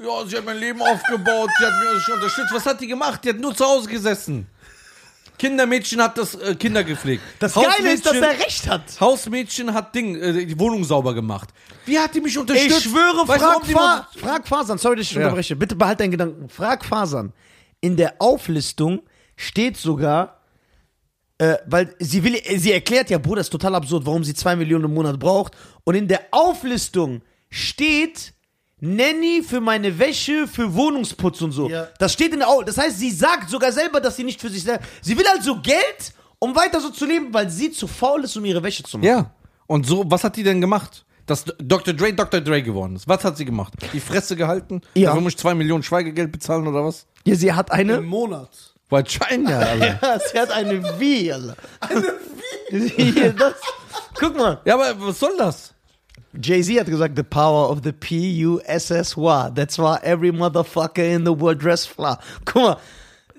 [SPEAKER 3] Ja, sie hat mein Leben aufgebaut, sie hat mich unterstützt. Was hat die gemacht? Die hat nur zu Hause gesessen. Kindermädchen hat das äh, Kinder gepflegt.
[SPEAKER 2] das Geile ist, dass
[SPEAKER 3] Hausmädchen-
[SPEAKER 2] er recht hat.
[SPEAKER 3] Hausmädchen hat Ding, äh, die Wohnung sauber gemacht. Wie hat die mich
[SPEAKER 2] Ich
[SPEAKER 3] unterstützt?
[SPEAKER 2] schwöre,
[SPEAKER 3] Weißt du,
[SPEAKER 2] frag,
[SPEAKER 3] ob die
[SPEAKER 2] Fa frag Fasern. Sorry, dass ich
[SPEAKER 3] Ja.
[SPEAKER 2] unterbreche. Bitte behalt deinen Gedanken. Frag Fasern. In der Auflistung steht sogar, äh, weil sie will, äh, sie erklärt ja, Bruder, das ist total absurd, warum sie zwei Millionen im Monat braucht. Und in der Auflistung steht Nanny für meine Wäsche, für Wohnungsputz und so.
[SPEAKER 1] Ja.
[SPEAKER 2] Das steht in der Auflistung. Das heißt, sie sagt sogar selber, dass sie nicht für sich selbst. Sie will also Geld, um weiter so zu leben, weil sie zu faul ist, um ihre Wäsche zu machen.
[SPEAKER 3] Ja. Und so, was hat die denn gemacht? Dass Dr. Dre Dr. Dre geworden ist. Was hat sie gemacht? Die Fresse gehalten?
[SPEAKER 2] Ja.
[SPEAKER 3] Dafür muss ich zwei Millionen Schweigegeld bezahlen oder was?
[SPEAKER 2] Ja, sie hat eine.
[SPEAKER 1] Im Monat.
[SPEAKER 3] Wahrscheinlich, Alter.
[SPEAKER 2] *laughs* Ja, *laughs* sie hat eine Wie, Alter. Eine *laughs* Wie? Hier, das. Guck mal.
[SPEAKER 3] ja, aber was soll das?
[SPEAKER 2] Jay-Z hat gesagt, the power of the P-U-S-S-Y. That's why every motherfucker in the world dress fly. Guck mal.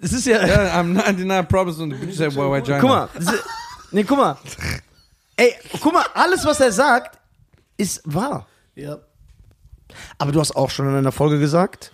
[SPEAKER 2] Das ist ja...
[SPEAKER 3] Ja, I'm 99 problems and the bitch said why vagina.
[SPEAKER 2] Guck mal. Das ist, nee, guck mal. Ey, guck mal, alles, was er sagt, ist wahr.
[SPEAKER 1] Ja.
[SPEAKER 2] Aber du hast auch schon in einer Folge gesagt,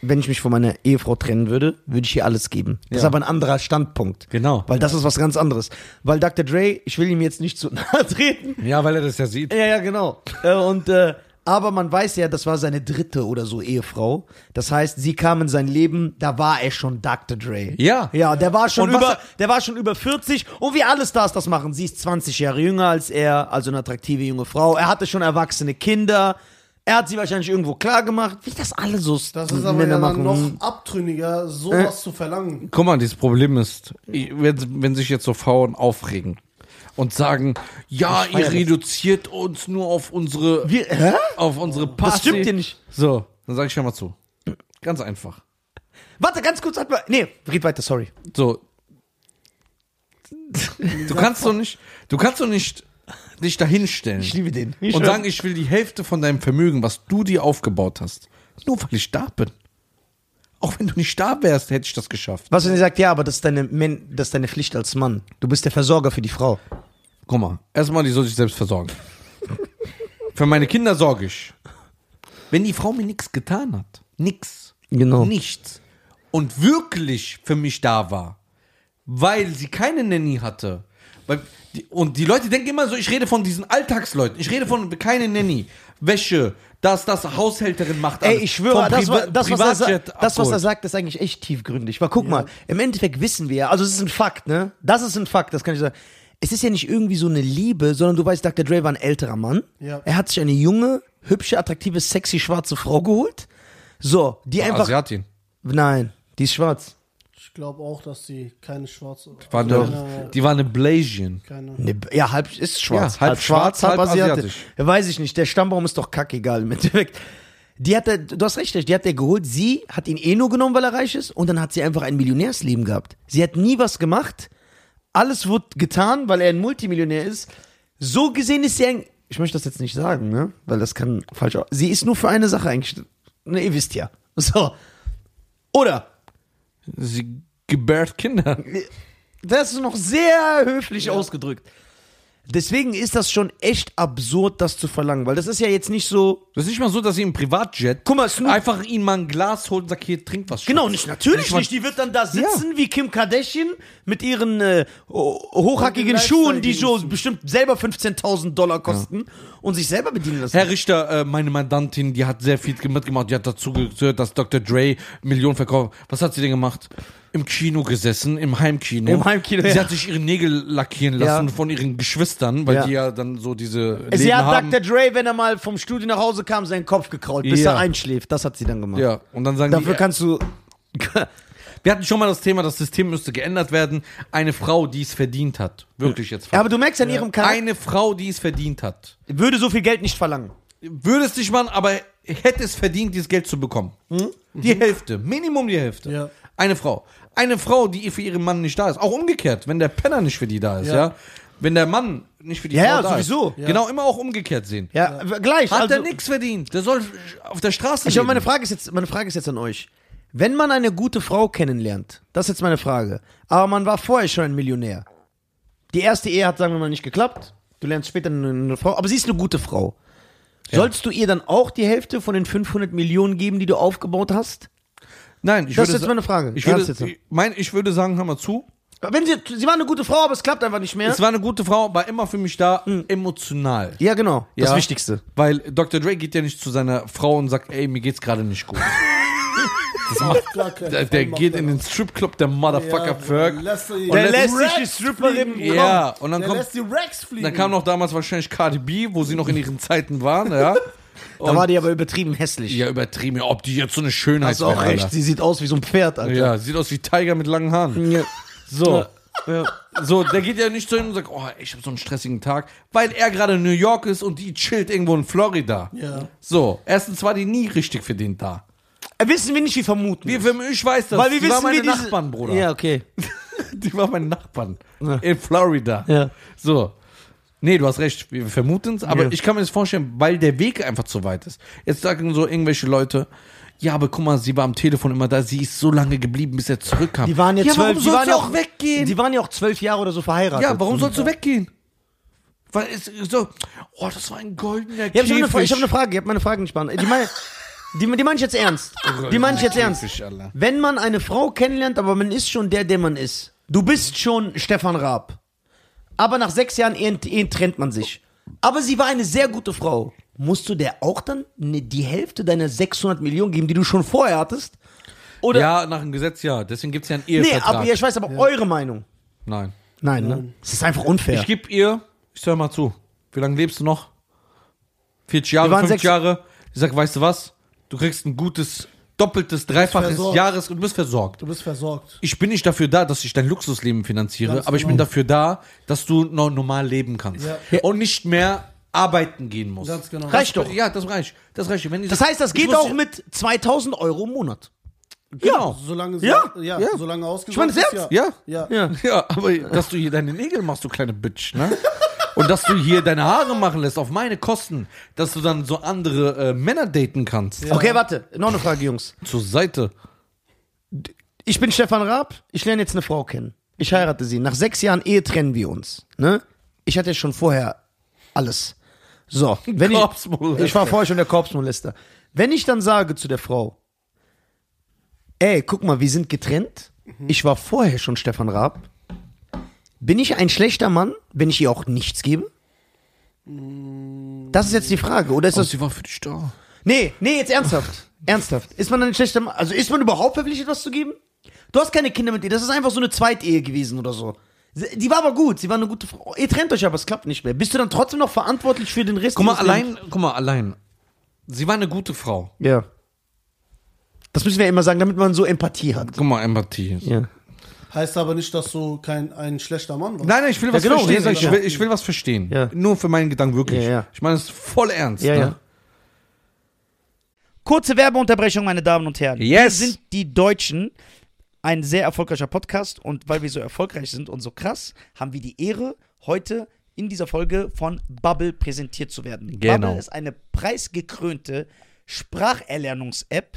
[SPEAKER 2] wenn ich mich von meiner Ehefrau trennen würde, würde ich ihr alles geben. Das ist
[SPEAKER 3] Ja.
[SPEAKER 2] aber ein anderer Standpunkt.
[SPEAKER 3] Genau.
[SPEAKER 2] Weil das ist was ganz anderes. Weil Dr. Dre, ich will ihm jetzt nicht zu *laughs* nahe treten,
[SPEAKER 3] Ja, weil er das ja sieht.
[SPEAKER 2] Ja, ja, genau. Äh, und äh, aber man weiß ja, das war seine dritte oder so Ehefrau. Das heißt, sie kam in sein Leben, da war er schon Dr. Dre.
[SPEAKER 3] Ja.
[SPEAKER 2] Ja, der war schon
[SPEAKER 3] Und was
[SPEAKER 2] über
[SPEAKER 3] er-
[SPEAKER 2] der war schon über 40 und wie alle Stars das machen, sie ist 20 Jahre jünger als er, also eine attraktive junge Frau. Er hatte schon erwachsene Kinder. Er hat sie wahrscheinlich irgendwo klar gemacht, wie das alle so
[SPEAKER 1] Das ist aber
[SPEAKER 2] Männer
[SPEAKER 1] ja dann
[SPEAKER 2] machen.
[SPEAKER 1] noch abtrünniger, sowas zu verlangen.
[SPEAKER 3] Guck mal, dieses Problem ist, ich- wenn, wenn sich jetzt so Frauen aufregen und sagen, ja, ihr reduziert uns nur auf unsere,
[SPEAKER 2] Wie, hä?
[SPEAKER 3] auf unsere Party.
[SPEAKER 2] Das stimmt dir nicht.
[SPEAKER 3] So, dann sage ich ja mal zu. Ganz einfach.
[SPEAKER 2] Warte, ganz kurz, hat man, nee, red weiter, sorry.
[SPEAKER 3] So.
[SPEAKER 2] *laughs*
[SPEAKER 3] Du kannst doch nicht, du kannst doch nicht dich dahinstellen
[SPEAKER 2] Ich liebe den. Ich
[SPEAKER 3] und
[SPEAKER 2] schwör.
[SPEAKER 3] sagen, ich will die Hälfte von deinem Vermögen, was du dir aufgebaut hast, nur weil ich da bin. Auch wenn du nicht da wärst, hätte ich das geschafft.
[SPEAKER 2] Was wenn sie sagt, ja, aber das ist deine Men das ist deine Pflicht als Mann. Du bist der Versorger für die Frau.
[SPEAKER 3] Guck mal, erstmal, die soll sich selbst versorgen. Für meine Kinder sorge ich. Wenn die Frau mir nichts getan hat, nix,
[SPEAKER 2] Genau.
[SPEAKER 3] nichts und wirklich für mich da war, weil sie keine Nanny hatte. Weil die, und die Leute denken immer so, ich rede von diesen Alltagsleuten. Ich rede von keine Nanny, Wäsche, das, das Haushälterin macht
[SPEAKER 2] Ey, ich schwöre,
[SPEAKER 3] Vom
[SPEAKER 2] das,
[SPEAKER 3] Priva-
[SPEAKER 2] wa- das, was er, sa-
[SPEAKER 3] Privatjet
[SPEAKER 2] das, was er
[SPEAKER 3] abholt.
[SPEAKER 2] sagt, ist eigentlich echt tiefgründig. Weil guck mal, im Endeffekt wissen wir ja, also es ist ein Fakt, ne? Das ist ein Fakt, das kann ich sagen. Es ist ja nicht irgendwie so eine Liebe, sondern du weißt, Dr. Dre war ein älterer Mann.
[SPEAKER 1] Ja.
[SPEAKER 2] Er hat sich eine junge, hübsche, attraktive, sexy, schwarze Frau geholt. So, die einfach.
[SPEAKER 3] Asiatin.
[SPEAKER 2] Nein, die ist schwarz.
[SPEAKER 1] Ich glaube auch, dass die keine schwarze.
[SPEAKER 3] War eine,
[SPEAKER 1] keine,
[SPEAKER 3] Die war eine Blasian.
[SPEAKER 1] keine.
[SPEAKER 2] Ne, ja, halb ist schwarz.
[SPEAKER 3] Ja, halb schwarz, halb asiatisch.
[SPEAKER 2] Ja, weiß ich nicht. Der Stammbaum ist doch kackegal im Endeffekt. Die hat er, du hast recht, die hat er geholt. Sie hat ihn eh nur genommen, weil er reich ist. Und dann hat sie einfach ein Millionärsleben gehabt. Sie hat nie was gemacht. Alles wurde getan, weil er ein Multimillionär ist. So gesehen ist sie ein, ich möchte das jetzt nicht sagen, ne? Weil das kann falsch au- Sie ist nur für eine Sache eigentlich. Ne, ihr wisst ja. So. Oder,
[SPEAKER 3] Sie gebärt Kinder.
[SPEAKER 2] das ist noch sehr höflich ausgedrückt. Deswegen ist das schon echt absurd, das zu verlangen, weil das ist ja jetzt nicht so.
[SPEAKER 3] Das ist nicht mal so, dass sie im Privatjet
[SPEAKER 2] Guck mal, Snoop-
[SPEAKER 3] einfach ihnen mal ein Glas holt und sagt, hier, trink was. Schatz.
[SPEAKER 2] Genau, nicht natürlich
[SPEAKER 3] mal-
[SPEAKER 2] nicht. Die wird dann da sitzen wie Kim Kardashian mit ihren äh, ho- hochhackigen Schuhen, die so bestimmt selber 15.000 Dollar kosten und sich selber bedienen lassen.
[SPEAKER 3] Herr Richter, äh, meine Mandantin, die hat sehr viel mitgemacht. Die hat dazu gehört, dass Dr. Dre Millionen verkauft. Was hat sie denn gemacht? Im Kino gesessen, im Heimkino.
[SPEAKER 2] Im Heimkino,
[SPEAKER 3] Sie
[SPEAKER 2] ja.
[SPEAKER 3] hat sich ihre Nägel lackieren lassen von ihren Geschwistern, weil
[SPEAKER 2] Ja.
[SPEAKER 3] die ja dann so diese Läden
[SPEAKER 2] Sie hat
[SPEAKER 3] haben.
[SPEAKER 2] Dr. Dre, wenn er mal vom Studio nach Hause kam, seinen Kopf gekraut, bis
[SPEAKER 3] Ja.
[SPEAKER 2] er einschläft. Das hat sie dann gemacht.
[SPEAKER 3] Ja, und dann sagen
[SPEAKER 2] Dafür
[SPEAKER 3] die,
[SPEAKER 2] kannst du.
[SPEAKER 3] wir hatten schon mal das Thema, das System müsste geändert werden. Eine Frau, die es verdient hat. Wirklich jetzt.
[SPEAKER 2] Aber du merkst an ihrem Charakter,
[SPEAKER 3] Eine Frau, die es verdient hat.
[SPEAKER 2] würde so viel Geld nicht verlangen.
[SPEAKER 3] Würde es nicht machen, aber hätte es verdient, dieses Geld zu bekommen.
[SPEAKER 2] Mhm.
[SPEAKER 3] Die Hälfte, Minimum die Hälfte.
[SPEAKER 1] Ja.
[SPEAKER 3] Eine Frau. Eine Frau, die für ihren Mann nicht da ist. Auch umgekehrt, wenn der Penner nicht für die da ist, ja.
[SPEAKER 1] Ja.
[SPEAKER 3] Wenn der Mann nicht für die
[SPEAKER 2] Ja,
[SPEAKER 3] Frau
[SPEAKER 2] ja,
[SPEAKER 3] da
[SPEAKER 2] sowieso.
[SPEAKER 3] ist. Genau, immer auch umgekehrt sehen.
[SPEAKER 2] Ja, w- gleich.
[SPEAKER 3] Hat
[SPEAKER 2] also,
[SPEAKER 3] der nichts verdient. Der soll auf der Straße
[SPEAKER 2] Ich glaube, meine
[SPEAKER 3] leben.
[SPEAKER 2] Frage ist jetzt, meine Frage ist jetzt an euch. Wenn man eine gute Frau kennenlernt, das ist jetzt meine Frage. Aber man war vorher schon ein Millionär. Die erste Ehe hat, sagen wir mal, nicht geklappt. Du lernst später eine, eine Frau, aber sie ist eine gute Frau. Sollst du ihr dann auch die Hälfte von den 500 Millionen geben, die du aufgebaut hast?
[SPEAKER 3] Nein, ich
[SPEAKER 2] Das
[SPEAKER 3] würde
[SPEAKER 2] ist jetzt
[SPEAKER 3] sa-
[SPEAKER 2] meine Frage.
[SPEAKER 3] Ich
[SPEAKER 2] Ernst
[SPEAKER 3] würde,
[SPEAKER 2] jetzt.
[SPEAKER 3] mein, ich würde sagen, hör mal zu.
[SPEAKER 2] Wenn sie, sie war eine gute Frau, aber es klappt einfach nicht mehr.
[SPEAKER 3] Es war eine gute Frau, war immer für mich da,
[SPEAKER 2] Mhm.
[SPEAKER 3] emotional.
[SPEAKER 2] ja, genau. Das
[SPEAKER 3] Ja.
[SPEAKER 2] Wichtigste.
[SPEAKER 3] Weil Dr. Dre geht ja nicht zu seiner Frau und sagt, ey, mir geht's gerade nicht gut.
[SPEAKER 1] Das macht gar keinen
[SPEAKER 3] Der, der geht in den Stripclub, der Motherfucker Ferg.
[SPEAKER 1] Lässt er-
[SPEAKER 3] Der lässt
[SPEAKER 1] Rex
[SPEAKER 2] sich die Stripperin-
[SPEAKER 1] fliegen.
[SPEAKER 3] Ja, und dann
[SPEAKER 1] der
[SPEAKER 3] kommt,
[SPEAKER 1] lässt die Rex fliegen.
[SPEAKER 3] dann kam noch damals wahrscheinlich Cardi B, wo sie noch in ihren Zeiten
[SPEAKER 2] *laughs*
[SPEAKER 3] waren, ja.
[SPEAKER 2] Da war die aber übertrieben hässlich.
[SPEAKER 3] Ja, übertrieben, ja, ob die jetzt so eine Schönheit
[SPEAKER 2] Hast du auch
[SPEAKER 3] wäre,
[SPEAKER 2] recht.
[SPEAKER 3] Alter.
[SPEAKER 2] Sie sieht aus wie so ein Pferd, Alter.
[SPEAKER 3] Ja, sieht aus wie Tiger mit langen Haaren.
[SPEAKER 2] Ja.
[SPEAKER 3] So. So, der geht ja nicht zu ihm und sagt, oh, ey, ich habe so einen stressigen Tag, weil er gerade in New York ist und die chillt irgendwo in Florida.
[SPEAKER 1] Ja.
[SPEAKER 3] So, erstens war die nie richtig verdient da.
[SPEAKER 2] Äh, Wissen wir nicht, wie vermuten.
[SPEAKER 3] Wie für mich, ich weiß das.
[SPEAKER 2] Weil wir
[SPEAKER 3] die war
[SPEAKER 2] wissen,
[SPEAKER 3] meine
[SPEAKER 2] wie diese-
[SPEAKER 3] Nachbarn, Bruder.
[SPEAKER 2] Ja, okay.
[SPEAKER 3] Die war mein Nachbarn.
[SPEAKER 2] Ja.
[SPEAKER 3] In Florida.
[SPEAKER 2] Ja.
[SPEAKER 3] So. Nee, du hast recht, wir vermuten es, aber
[SPEAKER 2] Ja.
[SPEAKER 3] ich kann mir das vorstellen, weil der Weg einfach zu weit ist. Jetzt sagen so irgendwelche Leute, ja, aber guck mal, sie war am Telefon immer da, sie ist so lange geblieben, bis er zurückkam.
[SPEAKER 2] Die waren ja,
[SPEAKER 3] ja,
[SPEAKER 2] zwölf,
[SPEAKER 3] warum
[SPEAKER 2] die
[SPEAKER 3] sollst
[SPEAKER 2] waren
[SPEAKER 3] du
[SPEAKER 2] ja
[SPEAKER 3] auch, weggehen?
[SPEAKER 2] Die waren ja auch zwölf Jahre oder so verheiratet.
[SPEAKER 3] ja, warum sollst du weggehen? Weil es ist so, oh, das war ein goldener
[SPEAKER 2] Ja,
[SPEAKER 3] Käfig.
[SPEAKER 2] ich habe eine, Fra- ich hab eine Frage, ich habe meine Frage nicht beantwortet. Die meine die, die meine ich jetzt ernst.
[SPEAKER 3] Oh
[SPEAKER 2] Die meine ich jetzt ernst.
[SPEAKER 3] Käfig, Alter.
[SPEAKER 2] Wenn man eine Frau kennenlernt, aber man ist schon der, der man ist. Du bist schon Stefan Raab. Aber nach sechs Jahren Ehen, Ehen trennt man sich. Aber sie war eine sehr gute Frau. Musst du der auch dann ne- die Hälfte deiner 600 Millionen geben, die du schon vorher hattest? Oder?
[SPEAKER 3] ja, nach dem Gesetz, ja. Deswegen gibt's ja einen
[SPEAKER 2] nee,
[SPEAKER 3] Ehevertrag.
[SPEAKER 2] aber ich weiß aber eure Meinung.
[SPEAKER 3] Nein.
[SPEAKER 2] Nein, ne? Es ist einfach unfair.
[SPEAKER 3] Ich gebe ihr, ich sag mal zu, wie lange lebst du noch? 40 Jahre,
[SPEAKER 2] waren
[SPEAKER 3] 50
[SPEAKER 2] sechs-
[SPEAKER 3] Jahre. Ich sag, weißt du was? Du kriegst ein gutes, doppeltes, dreifaches
[SPEAKER 1] versorgt.
[SPEAKER 3] Jahres und bist versorgt.
[SPEAKER 1] Du bist versorgt.
[SPEAKER 3] Ich bin nicht dafür da, dass ich dein Luxusleben finanziere,
[SPEAKER 1] Ganz
[SPEAKER 3] aber ich bin
[SPEAKER 1] genau.
[SPEAKER 3] dafür da, dass du noch normal leben kannst.
[SPEAKER 1] Ja.
[SPEAKER 3] Und nicht mehr arbeiten gehen musst.
[SPEAKER 1] Ganz genau.
[SPEAKER 3] Das-
[SPEAKER 2] Reicht doch.
[SPEAKER 3] Ja, das reicht. Das reicht. Wenn die
[SPEAKER 2] Das
[SPEAKER 3] sagt,
[SPEAKER 2] heißt, das
[SPEAKER 3] ich
[SPEAKER 2] geht
[SPEAKER 3] muss-
[SPEAKER 2] auch mit 2000 Euro im Monat.
[SPEAKER 3] Genau.
[SPEAKER 1] Solange sie,
[SPEAKER 2] Ja,
[SPEAKER 1] ja,
[SPEAKER 3] ja.
[SPEAKER 1] solange ausgesucht
[SPEAKER 2] Ich meine,
[SPEAKER 1] ist,
[SPEAKER 2] selbst,
[SPEAKER 1] ja.
[SPEAKER 3] ja.
[SPEAKER 1] Ja.
[SPEAKER 3] Ja, aber dass du hier deine Nägel machst, du kleine Bitch, ne? Und dass du hier deine Haare machen lässt auf meine Kosten, dass du dann so andere äh, Männer daten kannst.
[SPEAKER 2] Okay, warte. Noch eine Frage, Jungs.
[SPEAKER 3] Zur Seite.
[SPEAKER 2] Ich bin Stefan Raab. Ich lerne jetzt eine Frau kennen. Ich heirate sie. Nach sechs Jahren Ehe trennen wir uns. Ne? Ich hatte schon vorher alles. So, wenn ich,
[SPEAKER 3] Korpsmolester.
[SPEAKER 2] ich war vorher schon der Korpsmolester. Wenn ich dann sage zu der Frau, ey, guck mal, wir sind getrennt.
[SPEAKER 3] Mhm.
[SPEAKER 2] Ich war vorher schon Stefan Raab. Bin ich ein schlechter Mann, wenn ich ihr auch nichts gebe? Das ist jetzt die Frage. Oder ist das
[SPEAKER 3] Oh, sie war für dich da.
[SPEAKER 2] Nee, nee, jetzt ernsthaft. ernsthaft. Ist man dann ein schlechter Mann? Also ist man überhaupt verpflichtet, was zu geben? Du hast keine Kinder mit ihr. Das ist einfach so eine Zweitehe gewesen oder so. Sie- Die war aber gut. Sie war eine gute Frau. Ihr trennt euch aber, es klappt nicht mehr. Bist du dann trotzdem noch verantwortlich für den Rest?
[SPEAKER 3] Guck mal,
[SPEAKER 2] deines
[SPEAKER 3] allein, guck mal, allein. Sie war eine gute Frau.
[SPEAKER 2] Lebens? Ja. Das müssen wir ja immer sagen, damit man so Empathie hat.
[SPEAKER 3] Guck mal, Empathie.
[SPEAKER 2] Ja.
[SPEAKER 1] Heißt aber nicht, dass du kein ein schlechter Mann warst.
[SPEAKER 3] Nein, nein, ich will was
[SPEAKER 2] genau,
[SPEAKER 3] verstehen.
[SPEAKER 2] nee,
[SPEAKER 3] Ich will, ich will was verstehen.
[SPEAKER 2] Ja.
[SPEAKER 3] Nur für meinen Gedanken wirklich.
[SPEAKER 2] Ja, ja.
[SPEAKER 3] Ich meine, es ist voll ernst.
[SPEAKER 2] Ja,
[SPEAKER 3] ne?
[SPEAKER 2] ja.
[SPEAKER 4] Kurze Werbeunterbrechung, meine Damen und Herren.
[SPEAKER 3] Yes.
[SPEAKER 4] Wir sind die Deutschen, ein sehr erfolgreicher Podcast und weil wir so erfolgreich sind und so krass, haben wir die Ehre, heute in dieser Folge von Bubble präsentiert zu werden.
[SPEAKER 3] Genau.
[SPEAKER 4] Bubble ist eine preisgekrönte Spracherlernungs-App,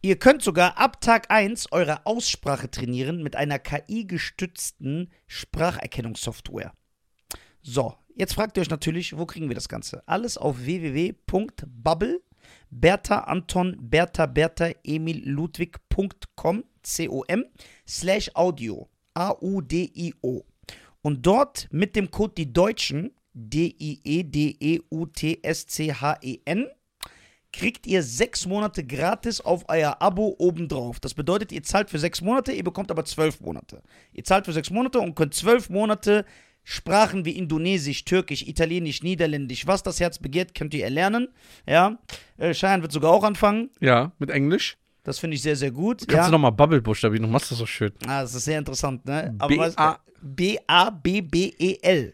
[SPEAKER 4] Ihr könnt sogar ab Tag 1 eure Aussprache trainieren mit einer KI-gestützten Spracherkennungssoftware. So, jetzt fragt ihr euch natürlich, wo kriegen wir das Ganze? Alles auf www.bubble, Bertha Anton, Bertha Bertha Emil Ludwig.com, C-O-M, slash Audio, A-U-D-I-O. Und dort mit dem Code die Deutschen, E D-I-E-D-E-U-T-S-C-H-E-N, kriegt ihr sechs Monate gratis auf euer Abo obendrauf. Das bedeutet, ihr zahlt für sechs Monate, ihr bekommt aber zwölf Monate. Ihr zahlt für sechs Monate und könnt zwölf Monate Sprachen wie Indonesisch, Türkisch, Italienisch, Niederländisch, was das Herz begehrt, könnt ihr erlernen. Ja, äh, Schein wird sogar auch anfangen.
[SPEAKER 5] Ja, mit Englisch.
[SPEAKER 4] Das finde ich sehr, sehr gut.
[SPEAKER 5] Kannst
[SPEAKER 4] ja.
[SPEAKER 5] du nochmal Bubble buchstabieren, du machst das so schön.
[SPEAKER 4] Ah, das ist sehr interessant, ne?
[SPEAKER 5] B-
[SPEAKER 4] was-
[SPEAKER 5] A-
[SPEAKER 4] B-A-B-B-E-L. E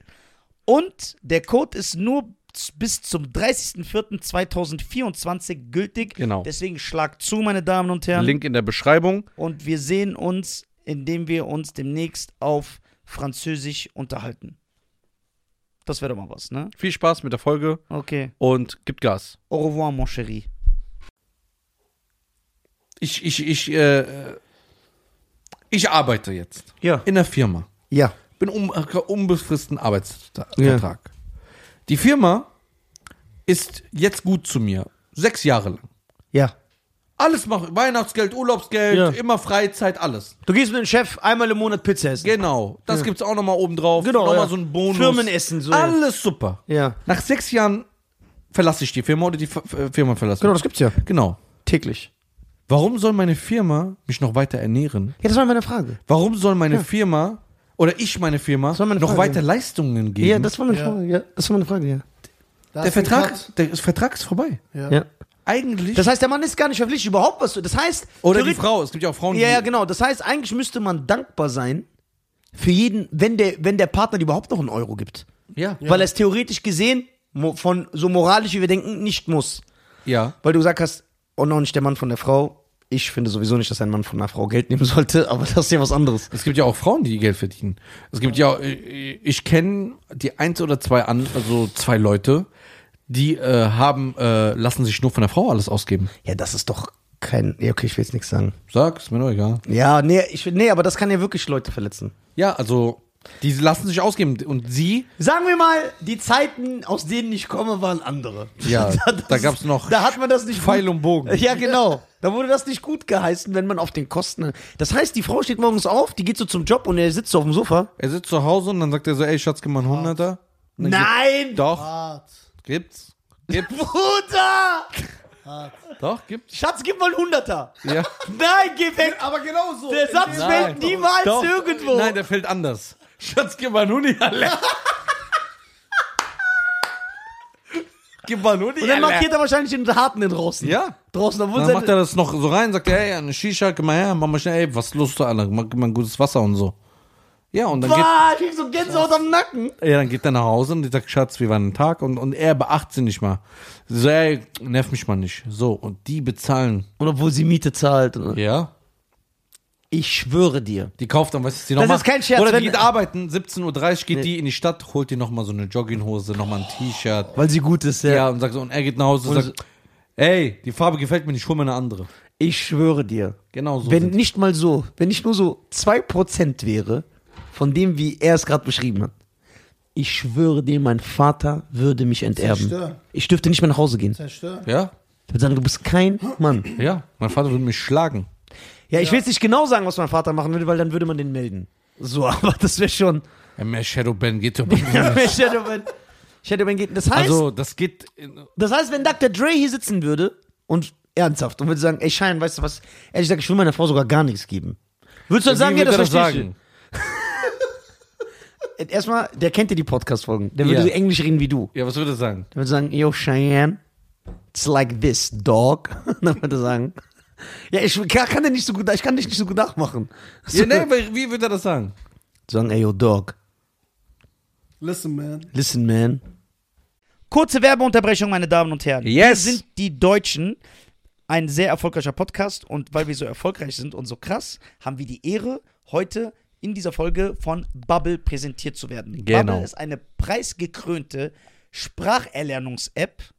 [SPEAKER 4] Und der Code ist nur z- bis zum 30.04.2024 gültig.
[SPEAKER 5] Genau.
[SPEAKER 4] Deswegen schlag zu, meine Damen und Herren.
[SPEAKER 5] Link in der Beschreibung.
[SPEAKER 4] Und wir sehen uns, indem wir uns demnächst auf Französisch unterhalten. Das wäre doch mal was, ne?
[SPEAKER 5] Viel Spaß mit der Folge
[SPEAKER 4] Okay.
[SPEAKER 5] und gibt Gas.
[SPEAKER 4] Au revoir, mon chéri.
[SPEAKER 3] Ich, ich, ich, äh, ich arbeite jetzt.
[SPEAKER 4] Ja.
[SPEAKER 3] In der Firma.
[SPEAKER 4] Ja.
[SPEAKER 3] Bin um, unbefristeten Arbeitsvertrag. Die Firma ist jetzt gut zu mir. Sechs Jahre lang.
[SPEAKER 4] Ja.
[SPEAKER 3] Alles mache Weihnachtsgeld, Urlaubsgeld,
[SPEAKER 2] Ja.
[SPEAKER 3] immer Freizeit, alles.
[SPEAKER 2] Du gehst mit dem Chef einmal im Monat Pizza essen.
[SPEAKER 3] Genau. Das gibt's auch nochmal oben drauf.
[SPEAKER 2] Genau,
[SPEAKER 3] Nochmal
[SPEAKER 2] ja.
[SPEAKER 3] so ein Bonus.
[SPEAKER 2] Firmenessen, so.
[SPEAKER 3] Alles super.
[SPEAKER 2] Ja.
[SPEAKER 3] Nach sechs Jahren verlasse ich die Firma oder die F F- Firma verlasse
[SPEAKER 2] Genau,
[SPEAKER 3] ich.
[SPEAKER 2] das gibt's ja.
[SPEAKER 3] Genau.
[SPEAKER 2] Täglich.
[SPEAKER 3] Warum soll meine Firma mich noch weiter ernähren?
[SPEAKER 2] Ja, das war meine Frage.
[SPEAKER 3] Warum soll meine Firma oder ich meine Firma
[SPEAKER 2] war meine
[SPEAKER 3] noch
[SPEAKER 2] Frage.
[SPEAKER 3] weiter Leistungen geben?
[SPEAKER 2] Mhm. Ja, das war meine Frage. Ja, das war meine Frage, ja.
[SPEAKER 3] der, Vertrag, der Vertrag ist vorbei.
[SPEAKER 2] Ja.
[SPEAKER 3] Eigentlich.
[SPEAKER 2] Das heißt, der Mann ist gar nicht verpflichtet, überhaupt was zu. Das heißt.
[SPEAKER 3] oder die
[SPEAKER 2] theoretisch-
[SPEAKER 3] Frau. Es gibt ja auch Frauen,
[SPEAKER 2] Ja, ja,
[SPEAKER 3] die.
[SPEAKER 2] genau. Das heißt, eigentlich müsste man dankbar sein für jeden, wenn der, wenn der Partner dir überhaupt noch einen Euro gibt.
[SPEAKER 3] Ja. Ja.
[SPEAKER 2] Weil er es theoretisch gesehen, mo- von so moralisch wie wir denken, nicht muss.
[SPEAKER 3] ja.
[SPEAKER 2] Weil du gesagt hast, oh, noch nicht der Mann von der Frau. Ich finde sowieso nicht, dass ein Mann von einer Frau Geld nehmen sollte, *laughs* aber das ist ja was anderes.
[SPEAKER 3] Es gibt ja auch Frauen, die Geld verdienen. Es gibt ja, äh, ich kenne die eins oder zwei an, also zwei Leute, die äh, haben, äh, lassen sich nur von der Frau alles ausgeben.
[SPEAKER 2] Ja, das ist doch kein. Ja, okay, ich will jetzt nichts sagen.
[SPEAKER 3] Sag, ist mir doch egal.
[SPEAKER 2] Ja, nee, ich, nee, aber das kann ja wirklich Leute verletzen.
[SPEAKER 3] Ja, also die lassen sich ausgeben und sie,
[SPEAKER 2] Sagen wir mal, die Zeiten, aus denen ich komme, waren andere.
[SPEAKER 3] Ja, da gab's
[SPEAKER 2] ist-
[SPEAKER 3] noch
[SPEAKER 2] Da hat man das nicht.
[SPEAKER 3] Pfeil
[SPEAKER 2] gut-
[SPEAKER 3] und Bogen.
[SPEAKER 2] Ja, genau. Da wurde das nicht gut geheißen, wenn man auf den Kosten. Das heißt, die Frau steht morgens auf, die geht so zum Job und er sitzt so auf dem Sofa.
[SPEAKER 3] er sitzt zu Hause und dann sagt er so, ey Schatz, gib mal einen 100er. Und dann
[SPEAKER 2] Nein!
[SPEAKER 3] Gibt, doch, gibt's. Gibt's,
[SPEAKER 2] *laughs* Bruder!
[SPEAKER 3] doch, gibt's.
[SPEAKER 2] Schatz, gib mal einen Hunderter!
[SPEAKER 3] Ja.
[SPEAKER 2] Nein, geh weg! Aber genau so! Der Satz
[SPEAKER 3] Nein.
[SPEAKER 2] fällt niemals
[SPEAKER 3] Doch.
[SPEAKER 2] irgendwo!
[SPEAKER 3] Nein, der fällt anders. Schatz, gib mal einen Huni
[SPEAKER 2] *laughs*
[SPEAKER 3] Gib mal einen Huni
[SPEAKER 2] und dann markiert er wahrscheinlich den Harten den draußen.
[SPEAKER 3] Ja.
[SPEAKER 2] Draußen, obwohl
[SPEAKER 3] Dann macht
[SPEAKER 2] seine,
[SPEAKER 3] er das noch so rein, sagt, hey, eine Shisha, gib mal her, mach mal schnell, ey, was ist los da, Alter, mach, gib mal ein gutes Wasser und so. Ja, und dann geht,
[SPEAKER 2] Boah, ich krieg so Gänsehaut am Nacken.
[SPEAKER 3] ja, dann geht er nach Hause und sagt, Schatz, wie war ein Tag? Und, und er beachtet sie nicht mal. So, ey, nerv mich mal nicht. So, und die bezahlen.
[SPEAKER 2] Und obwohl sie Miete zahlt.
[SPEAKER 3] Ja.
[SPEAKER 2] Ich schwöre dir.
[SPEAKER 3] Die kauft dann, weißt du, die
[SPEAKER 2] Das
[SPEAKER 3] nochmal.
[SPEAKER 2] ist kein Scherz,
[SPEAKER 3] Oder die
[SPEAKER 2] wenn-
[SPEAKER 3] geht arbeiten, 17.30 Uhr geht die in die Stadt, holt dir nochmal so eine Jogginghose, nochmal ein T-Shirt.
[SPEAKER 2] Weil sie gut ist,
[SPEAKER 3] Ja, und sagt so, und er geht nach Hause und,
[SPEAKER 2] Und
[SPEAKER 3] sagt, ey, die Farbe gefällt mir nicht, hol mir eine andere.
[SPEAKER 2] Ich schwöre dir.
[SPEAKER 3] Genau so.
[SPEAKER 2] wenn
[SPEAKER 3] sind-
[SPEAKER 2] nicht mal so, wenn ich nur so 2% wäre von dem, wie er es gerade beschrieben hat. Ich schwöre dir, mein Vater würde mich enterben.
[SPEAKER 1] Zerstören.
[SPEAKER 2] Ich dürfte nicht mehr nach Hause gehen. Ich
[SPEAKER 1] Zerstören.
[SPEAKER 3] ja,
[SPEAKER 2] würde sagen, du bist kein Mann.
[SPEAKER 3] ja, mein Vater würde mich schlagen.
[SPEAKER 2] Ja, ich will jetzt nicht genau sagen, was mein Vater machen würde, weil dann würde man den melden. So, *laughs* aber das wäre schon.
[SPEAKER 3] Ja, mehr Shadowban geht doch
[SPEAKER 2] ich hätte mein, ich hätte mein Ge- das heißt,
[SPEAKER 3] Also, das geht. in-
[SPEAKER 2] das heißt, wenn Dr. Dre hier sitzen würde und ernsthaft und würde sagen, ey Schein, weißt du was? Ehrlich gesagt, ich will meiner Frau sogar gar nichts geben. Würdest du dann sagen,
[SPEAKER 3] Wie
[SPEAKER 2] ja, das
[SPEAKER 3] würde er
[SPEAKER 2] verstehe ich. Erstmal, der kennt ja die Podcast-Folgen. Der würde
[SPEAKER 3] Ja.
[SPEAKER 2] so Englisch reden wie du.
[SPEAKER 3] Ja, was würde er sagen?
[SPEAKER 2] Der würde sagen, yo, Cheyenne, it's like this, dog. *laughs* Dann würde er sagen, ja, ich kann, kann
[SPEAKER 3] ne?
[SPEAKER 2] den nicht so gut, ich kann dich nicht so gut nachmachen.
[SPEAKER 3] Ja, nee, wie wie würde er das sagen?
[SPEAKER 2] *laughs* Sagen, ey, yo, dog,
[SPEAKER 1] Listen, man.
[SPEAKER 2] Listen, man.
[SPEAKER 4] Kurze Werbeunterbrechung, meine Damen und Herren.
[SPEAKER 3] Yes.
[SPEAKER 4] Wir sind die Deutschen. Ein sehr erfolgreicher Podcast. Und weil wir so erfolgreich sind und so krass, haben wir die Ehre, heute in dieser Folge von Bubble präsentiert zu werden.
[SPEAKER 3] Genau.
[SPEAKER 4] Bubble ist eine preisgekrönte Spracherlernungs-App,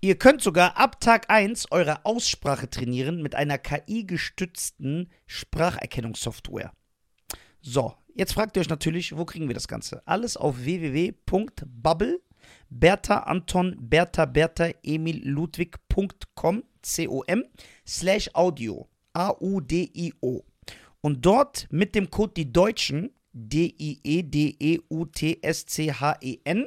[SPEAKER 4] Ihr könnt sogar ab Tag 1 eure Aussprache trainieren mit einer KI-gestützten Spracherkennungssoftware. So, jetzt fragt ihr euch natürlich, wo kriegen wir das Ganze? Alles auf www.bubble, Bertha Anton, Bertha Bertha Emil Ludwig.com, C-O-M, slash Audio, A-U-D-I-O. Und dort mit dem Code die Deutschen, E D-I-E-D-E-U-T-S-C-H-E-N,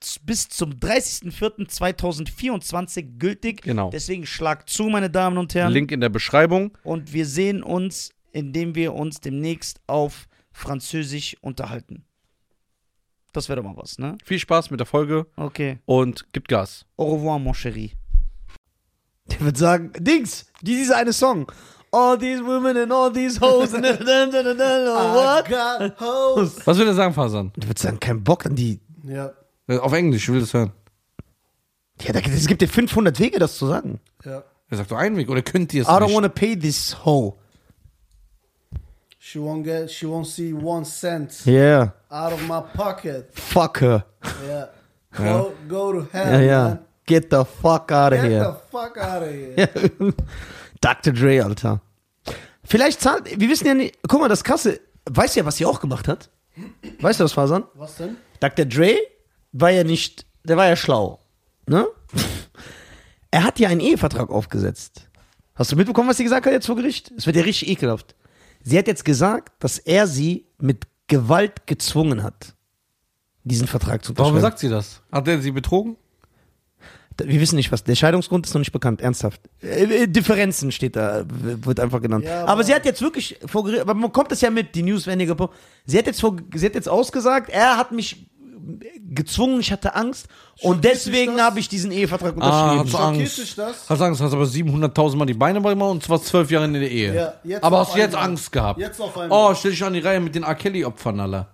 [SPEAKER 4] z- bis zum 30.04.2024 gültig.
[SPEAKER 3] Genau.
[SPEAKER 4] Deswegen schlag zu, meine Damen und Herren.
[SPEAKER 3] Link in der Beschreibung.
[SPEAKER 4] Und wir sehen uns, indem wir uns demnächst auf Französisch unterhalten. Das wäre doch mal was, ne?
[SPEAKER 3] Viel Spaß mit der Folge
[SPEAKER 4] Okay.
[SPEAKER 3] und gibt Gas.
[SPEAKER 4] Au revoir, mon chéri.
[SPEAKER 2] Der wird sagen, Dings, dieser eine Song. All these women and all these hoes and da, da, da, da, da, what?
[SPEAKER 1] Got
[SPEAKER 2] *laughs*
[SPEAKER 1] hoes.
[SPEAKER 3] Was will er sagen, Fasan? Äh,
[SPEAKER 2] Der wird sagen, kein Bock an die.
[SPEAKER 1] ja,
[SPEAKER 3] Auf Englisch, ich will das hören.
[SPEAKER 2] Ja, da- es gibt ja 500 Wege, das zu sagen.
[SPEAKER 1] ja.
[SPEAKER 3] Er sagt doch einen Weg oder könnt ihr es
[SPEAKER 2] I don't
[SPEAKER 3] nicht?
[SPEAKER 2] wanna pay this hoe.
[SPEAKER 1] She won't get, she won't see one cent
[SPEAKER 2] Yeah.
[SPEAKER 1] out of my pocket.
[SPEAKER 2] Fuck her.
[SPEAKER 1] Yeah. Go, go to hell,
[SPEAKER 2] Ja, ja.
[SPEAKER 1] man.
[SPEAKER 2] Get the fuck out of
[SPEAKER 1] Get
[SPEAKER 2] here.
[SPEAKER 1] the fuck out of here.
[SPEAKER 2] Ja. *laughs* Dr. Dre, Alter. Vielleicht zahlt, wir wissen ja nicht, guck mal, das Krasse, weißt du ja, was sie auch gemacht hat? Weißt du das, Fasan?
[SPEAKER 1] Was denn?
[SPEAKER 2] Dr. Dre war ja nicht, der war ja schlau, ne? *laughs* Er hat ja einen Ehevertrag aufgesetzt. Hast du mitbekommen, was sie gesagt hat jetzt vor Gericht? Es wird ja richtig ekelhaft. Sie hat jetzt gesagt, dass er sie mit Gewalt gezwungen hat, diesen Vertrag zu unterschreiben.
[SPEAKER 3] Warum sagt sie das? Hat er sie betrogen?
[SPEAKER 2] Wir wissen nicht, was. Der Scheidungsgrund ist noch nicht bekannt, ernsthaft. Äh, äh, Differenzen steht da, w- wird einfach genannt.
[SPEAKER 1] Ja,
[SPEAKER 2] aber,
[SPEAKER 1] aber-
[SPEAKER 2] sie hat jetzt wirklich vor Gericht, aber man kommt das ja mit, die News werden ja gepo- Sie hat jetzt vor, sie hat jetzt ausgesagt, er hat mich gezwungen, ich hatte Angst und deswegen
[SPEAKER 1] das?
[SPEAKER 2] habe ich diesen Ehevertrag
[SPEAKER 3] Ah,
[SPEAKER 2] unterschrieben.
[SPEAKER 1] so- Schockiert dich das?
[SPEAKER 3] Hast Angst, hast aber 700.000 Mal die Beine bei mir und zwar zwölf Jahre in der Ehe.
[SPEAKER 1] Ja, jetzt
[SPEAKER 3] aber
[SPEAKER 1] auf
[SPEAKER 3] hast du jetzt
[SPEAKER 1] einmal.
[SPEAKER 3] Angst gehabt?
[SPEAKER 1] Jetzt auf einmal.
[SPEAKER 3] Oh, stell dich an die Reihe mit den R. Kelly-Opfern aller.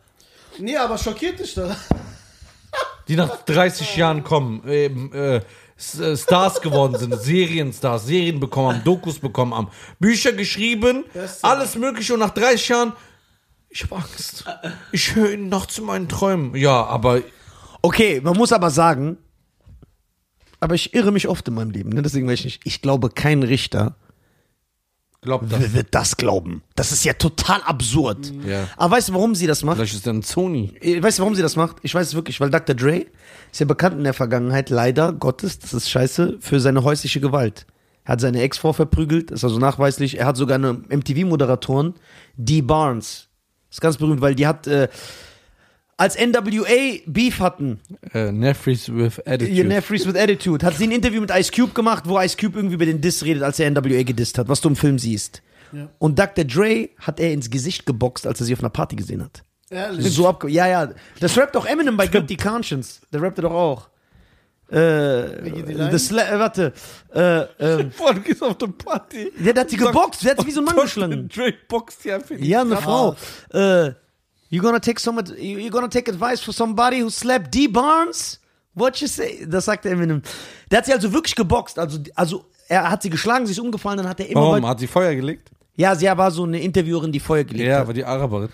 [SPEAKER 1] Nee, aber schockiert dich das?
[SPEAKER 3] Die nach 30 Jahren kommen, ähm, äh, S- äh, Stars geworden sind, Serienstars, Serien bekommen haben, Dokus bekommen haben, Bücher geschrieben,
[SPEAKER 1] Beste.
[SPEAKER 3] alles mögliche und nach 30 Jahren, ich habe Angst. Ich höre ihn noch zu meinen Träumen. Ja, aber
[SPEAKER 2] okay, man muss aber sagen, aber ich irre mich oft in meinem Leben, ne? deswegen weiß ich nicht. Ich glaube, kein Richter
[SPEAKER 3] glaub das.
[SPEAKER 2] w- wird das glauben. Das ist ja total absurd.
[SPEAKER 3] Ja.
[SPEAKER 2] Aber weißt du, warum sie das macht?
[SPEAKER 3] Vielleicht ist er ein Sony.
[SPEAKER 2] Ich weiß, warum sie das macht. Ich weiß es wirklich, weil Dr. Dre ist ja bekannt in der Vergangenheit, leider Gottes, das ist scheiße, für seine häusliche Gewalt. Er hat seine Ex-Frau verprügelt, ist also nachweislich. Er hat sogar eine MTV-Moderatorin, Dee Barnes. Ist ganz berühmt, weil die hat, äh, als NWA Beef hatten,
[SPEAKER 3] Äh, Nefries with Attitude.
[SPEAKER 2] Your Nefries with Attitude, hat sie ein Interview mit Ice Cube gemacht, wo Ice Cube irgendwie über den Diss redet, als er NWA gedisst hat, was du im Film siehst. Und Dr. Dre hat er ins Gesicht geboxt, als er sie auf einer Party gesehen hat.
[SPEAKER 1] *laughs* Ehrlich.
[SPEAKER 2] So abge ja, ja. Das rappt doch Eminem bei Guilty Conscience. Der rappt doch auch. Äh,
[SPEAKER 1] die
[SPEAKER 2] the
[SPEAKER 1] Line?
[SPEAKER 2] Sla äh, warte. Äh, ähm,
[SPEAKER 3] Boah, du gehst auf die Party.
[SPEAKER 2] *laughs* der, der hat sie geboxt, der hat sie wie so ein Mann geschlagen.
[SPEAKER 3] Drake boxt ja für die.
[SPEAKER 2] Ja, eine Frau. Äh, you gonna take some, ad- you you gonna take advice for somebody who slapped D. Barnes? What you say? Das sagt Eminem. Der hat sie also wirklich geboxt. Also, also er hat sie geschlagen, sie ist umgefallen, dann hat er immer.
[SPEAKER 3] Warum?
[SPEAKER 2] weit-
[SPEAKER 3] Hat sie Feuer gelegt?
[SPEAKER 2] Ja, sie war so eine Interviewerin, die Feuer gelegt
[SPEAKER 3] Ja,
[SPEAKER 2] hat.
[SPEAKER 3] war die Araberin.